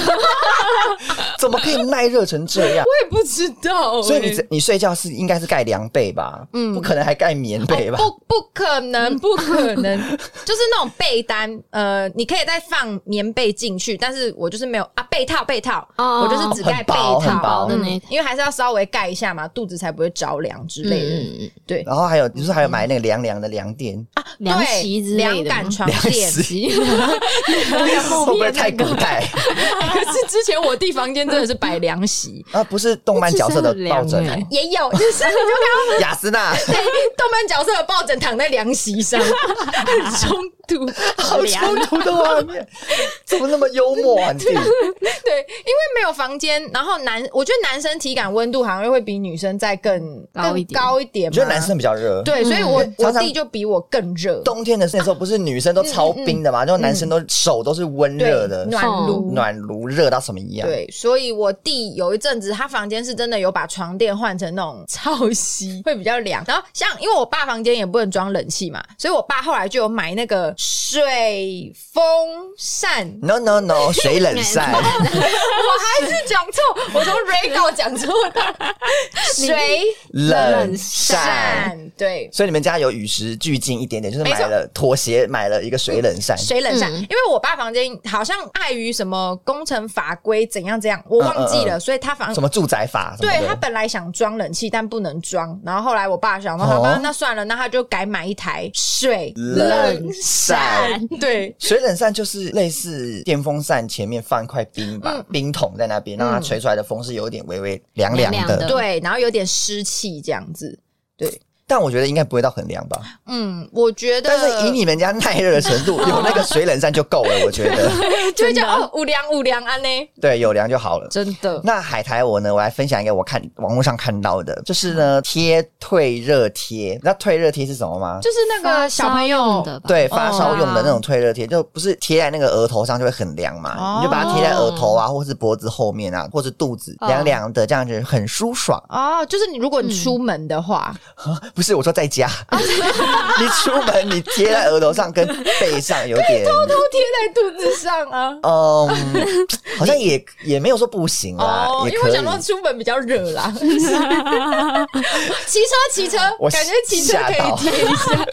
[SPEAKER 1] 怎么可以耐热成这样？
[SPEAKER 2] 我也不知道、
[SPEAKER 1] 所以你
[SPEAKER 2] 哎
[SPEAKER 1] 这你睡觉是应该是盖凉被吧？嗯，不可能还盖棉被吧？
[SPEAKER 2] 哦不，不可 (laughs) 能，不可能，就是那种被单，呃，你可以再放棉被进去，但是我就是没有啊，被套，被套，
[SPEAKER 3] 哦
[SPEAKER 2] 我就是只盖被
[SPEAKER 1] 很薄很
[SPEAKER 2] 套
[SPEAKER 1] 薄
[SPEAKER 3] 的
[SPEAKER 2] 嗯
[SPEAKER 3] 那一
[SPEAKER 2] 因为还是要稍微盖一下嘛，肚子才不会着凉之类的。
[SPEAKER 3] 嗯，
[SPEAKER 2] 对
[SPEAKER 1] 然后还有你说还有买那个凉凉的凉垫，
[SPEAKER 3] 凉
[SPEAKER 2] 对
[SPEAKER 3] 席之类
[SPEAKER 2] 凉
[SPEAKER 3] 的
[SPEAKER 2] 感
[SPEAKER 3] 吗
[SPEAKER 2] 床垫。 (laughs)
[SPEAKER 1] 席
[SPEAKER 3] 后
[SPEAKER 1] 会不会太古代
[SPEAKER 2] 可是之前我弟房间真的是摆凉席，
[SPEAKER 1] 啊？不是动漫角色的抱枕
[SPEAKER 3] 那只是很凉欸
[SPEAKER 2] 也有， (laughs) 就是你就看
[SPEAKER 1] 雅诗娜，
[SPEAKER 2] 动漫角色的抱枕躺在凉席上， (laughs) 很冲突。
[SPEAKER 1] 好冲突的画
[SPEAKER 2] (laughs)
[SPEAKER 1] 面，怎么那么幽默啊？你弟
[SPEAKER 2] 啊对，因为没有房间，然后男，我觉得男生体感温度好像又会比女生再更
[SPEAKER 3] 高
[SPEAKER 2] 更
[SPEAKER 3] 一点嗯
[SPEAKER 2] 高一
[SPEAKER 1] 我
[SPEAKER 2] 点嘛。
[SPEAKER 1] 觉得男生比较热。。
[SPEAKER 2] 对，所以我、
[SPEAKER 1] 常
[SPEAKER 2] 我
[SPEAKER 1] 常
[SPEAKER 2] 弟就比我更热，
[SPEAKER 1] 冬天的时候，不是女生都超冰的嘛，就男生都手都是温
[SPEAKER 2] 嗯对
[SPEAKER 1] 热的，
[SPEAKER 2] 暖
[SPEAKER 3] 哦
[SPEAKER 2] 炉。
[SPEAKER 1] 暖炉热到什么一样？，
[SPEAKER 2] 对，所以我弟有一阵子，他房间是真的有把床垫换成那种超吸，会比较凉。然后像因为我爸房间也不能装冷气嘛，所以我爸后来就有买那个水风扇 (laughs)
[SPEAKER 1] No no no，水冷晒，
[SPEAKER 2] 我还是讲错，我从 Rego 讲错
[SPEAKER 3] (laughs)
[SPEAKER 2] 了，水
[SPEAKER 1] 冷晒。
[SPEAKER 2] 扇，对，
[SPEAKER 1] (laughs) 所以你们家有与时俱进一点点，就是
[SPEAKER 2] 没
[SPEAKER 1] 买
[SPEAKER 2] 错
[SPEAKER 1] 了拖鞋，买了一个水冷扇。
[SPEAKER 2] 水冷扇，
[SPEAKER 3] 嗯
[SPEAKER 2] 因为我爸房间好像碍于什么工程法规怎样怎样，我忘记了，所以他房
[SPEAKER 1] 嗯什么住宅法什么
[SPEAKER 2] 对他
[SPEAKER 1] 的，
[SPEAKER 2] 本来想装冷气，但不能装，然后后来我爸想说，好
[SPEAKER 1] 哦
[SPEAKER 2] 吧，那算了，那他就改买一台水
[SPEAKER 1] 冷
[SPEAKER 2] 扇，对。
[SPEAKER 1] 水冷扇就是类似电风扇前面放一块冰吧，
[SPEAKER 2] 嗯
[SPEAKER 1] 冰桶在那边，让它吹出来的风是有点微微凉凉的。
[SPEAKER 3] 凉凉的
[SPEAKER 2] 对，然后有点湿气这样子。
[SPEAKER 1] 但我觉得应该不会到很凉吧。
[SPEAKER 2] 嗯，我觉得，
[SPEAKER 1] 但是以你们家耐热的程
[SPEAKER 2] (laughs)
[SPEAKER 1] 度，有那个水冷扇就够了，我觉得。
[SPEAKER 2] 就
[SPEAKER 1] 啊
[SPEAKER 2] 会讲哦，无凉无凉安呢，
[SPEAKER 1] 对，有凉就好了。
[SPEAKER 2] 真的。
[SPEAKER 1] 那海苔我呢？我来分享一个我看网络上看到的，就是呢贴退热贴。那退热贴是什么吗？
[SPEAKER 2] 就是那个小朋友，
[SPEAKER 3] 的吧，
[SPEAKER 1] 对，发烧用的那种退热贴，就不是贴在那个额头上就会很凉嘛，
[SPEAKER 2] 哦
[SPEAKER 1] 你就把它贴在额头啊，或是脖子后面啊，或是肚子，
[SPEAKER 3] 哦
[SPEAKER 1] 凉凉的，这样子很舒爽。 (laughs)
[SPEAKER 2] 哦，就是你如果你
[SPEAKER 1] 嗯
[SPEAKER 2] 出门的话，
[SPEAKER 1] 不是我说在家， (laughs)
[SPEAKER 2] 哦
[SPEAKER 1] 你出门你贴在额头上跟背上
[SPEAKER 2] (laughs)
[SPEAKER 1] 有点，
[SPEAKER 2] (laughs) 都贴在肚子上啊。 (laughs)
[SPEAKER 1] 嗯，好像也也没有说不行啦，
[SPEAKER 2] 哦，
[SPEAKER 1] 也
[SPEAKER 2] 因为
[SPEAKER 1] 可以
[SPEAKER 2] 我想。说出门比较热 (laughs) 啦，骑车骑车
[SPEAKER 1] 我，
[SPEAKER 2] 感觉骑车
[SPEAKER 1] 吓
[SPEAKER 2] 可以 (laughs)
[SPEAKER 1] 到
[SPEAKER 2] 贴一下。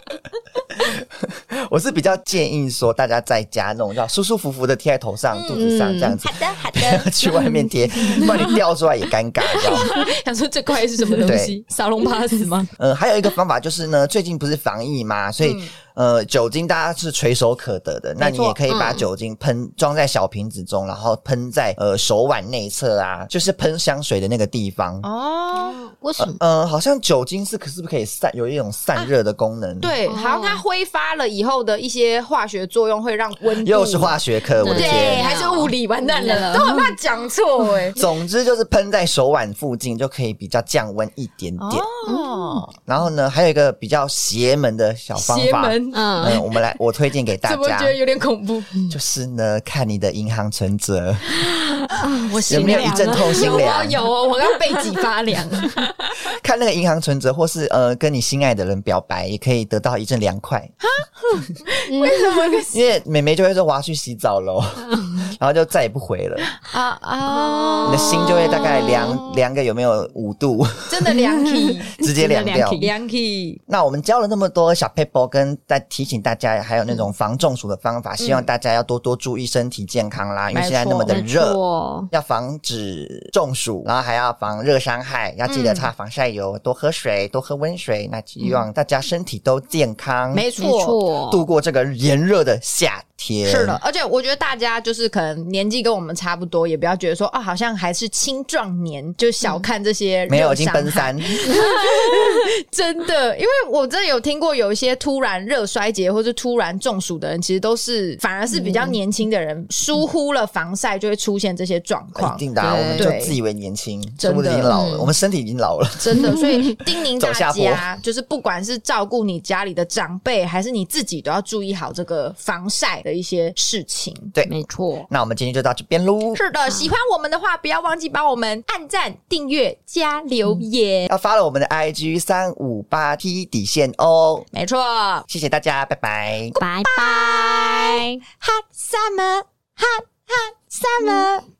[SPEAKER 1] 我是比较建议说大家在家弄，叫舒舒服服的贴在头上、
[SPEAKER 2] 嗯
[SPEAKER 1] 肚子上这样子，
[SPEAKER 3] 好的好
[SPEAKER 1] 不要 (laughs)
[SPEAKER 3] 的，
[SPEAKER 1] 去外面贴，不然你掉出来也尴尬，这样。
[SPEAKER 2] 想说这块是什么东西？沙龙 pass 吗？
[SPEAKER 1] 呃，还有一个方法就是呢，最近不是防疫嘛，所以、
[SPEAKER 2] 嗯
[SPEAKER 1] 呃，酒精大家是垂手可得的，那你也可以把酒精喷装在小瓶子中，然后喷在呃手腕内侧啊，就是喷香水的那个地方。
[SPEAKER 2] (laughs) 哦，
[SPEAKER 3] 为什么？
[SPEAKER 1] 呃，好像酒精是可是不是可以散有一种散热的功能？，
[SPEAKER 2] 啊对，
[SPEAKER 3] 哦
[SPEAKER 2] 好像它挥发了以后的一些化学作用会让温度
[SPEAKER 1] 又是化学课，我的
[SPEAKER 2] 对，嗯
[SPEAKER 1] 天！
[SPEAKER 2] 还是物理，完蛋
[SPEAKER 3] 完蛋
[SPEAKER 2] 了，
[SPEAKER 3] 了
[SPEAKER 2] 都很怕讲错哎。
[SPEAKER 1] 总之就是喷在手腕附近就可以比较降温一点点。
[SPEAKER 2] 哦，
[SPEAKER 1] 然后呢，还有一个比较邪门的小方
[SPEAKER 2] 邪
[SPEAKER 1] 法，
[SPEAKER 2] 门，啊
[SPEAKER 3] 嗯，
[SPEAKER 1] 嗯，我们来我推荐给大
[SPEAKER 2] 怎么
[SPEAKER 1] 家
[SPEAKER 2] 觉，得有点恐怖？
[SPEAKER 1] 就是呢，看你的银行存折。
[SPEAKER 2] 我
[SPEAKER 1] 有
[SPEAKER 2] 心
[SPEAKER 1] 没有
[SPEAKER 2] 凉
[SPEAKER 1] 一阵透心
[SPEAKER 2] 有哦
[SPEAKER 1] 凉？
[SPEAKER 2] 有哦，我刚背脊发凉。
[SPEAKER 1] 看那个银行存折，或是呃跟你心爱的人表白，也可以得到一阵凉快。
[SPEAKER 2] (laughs) (laughs) 为什 (laughs) 么会
[SPEAKER 1] 因为妹妹就会说我要去洗澡喽，
[SPEAKER 2] 嗯
[SPEAKER 1] (laughs) 然后就再也不回了，
[SPEAKER 2] 啊啊
[SPEAKER 1] 你的心就会大概
[SPEAKER 2] 哦
[SPEAKER 1] 凉凉个有没有五
[SPEAKER 2] (laughs)
[SPEAKER 1] 度，
[SPEAKER 2] 真的凉气，
[SPEAKER 1] 直接凉掉
[SPEAKER 3] 真的
[SPEAKER 2] (laughs)
[SPEAKER 3] 凉。气
[SPEAKER 2] 凉气。
[SPEAKER 1] 那我们教了那么多小 paper，跟在提醒大家，还有那
[SPEAKER 2] 嗯
[SPEAKER 1] 种防中暑的方法，希望大家要多多注意身体健康啦，因为现在那么的
[SPEAKER 3] 没
[SPEAKER 1] 热。
[SPEAKER 3] 错，
[SPEAKER 1] 要防止中暑，然后还要防热伤害，要记得擦防晒油，多喝水，多喝温水。那希望大家身体都健康，
[SPEAKER 2] 没
[SPEAKER 3] 没
[SPEAKER 2] 错。
[SPEAKER 1] 度
[SPEAKER 3] 错，
[SPEAKER 1] 过这个炎热的夏天。
[SPEAKER 2] 是的，，而且我觉得大家就是可能年纪跟我们差不多，也不要觉得说啊，好像还是青壮年，就小看这些、
[SPEAKER 1] 没有已经奔，三，
[SPEAKER 2] (laughs) 真的，因为我真的有听过有一些突然热衰竭或是突然中暑的人，其实都是反而是比较年轻的人、疏忽了防晒，就会出现这些状况
[SPEAKER 1] 嗯一。定的啊，我们就
[SPEAKER 2] 对
[SPEAKER 1] 自以为年轻，
[SPEAKER 2] 真的嗯
[SPEAKER 1] 殊不知已经老了，我们身体已经老了。
[SPEAKER 2] 真的，所以叮
[SPEAKER 1] (laughs)
[SPEAKER 2] 咛
[SPEAKER 1] 走
[SPEAKER 2] 大
[SPEAKER 1] 下
[SPEAKER 2] 家，啊
[SPEAKER 1] 坡
[SPEAKER 2] 就是不管是照顾你家里的长辈，还是你自己，都要注意好这个防晒的一些事情。
[SPEAKER 3] 没错，
[SPEAKER 1] 那我们今天就到这边喽，
[SPEAKER 2] 是的，喜欢我们的话，不要忘记帮我们按赞、订阅、加留言。
[SPEAKER 1] 要发了我们的 IG 三五八 T 底线哦，
[SPEAKER 2] 没错
[SPEAKER 1] 谢谢大家，拜拜。
[SPEAKER 3] 拜拜。
[SPEAKER 2] ，Hot Summer，Hot Hot Summer。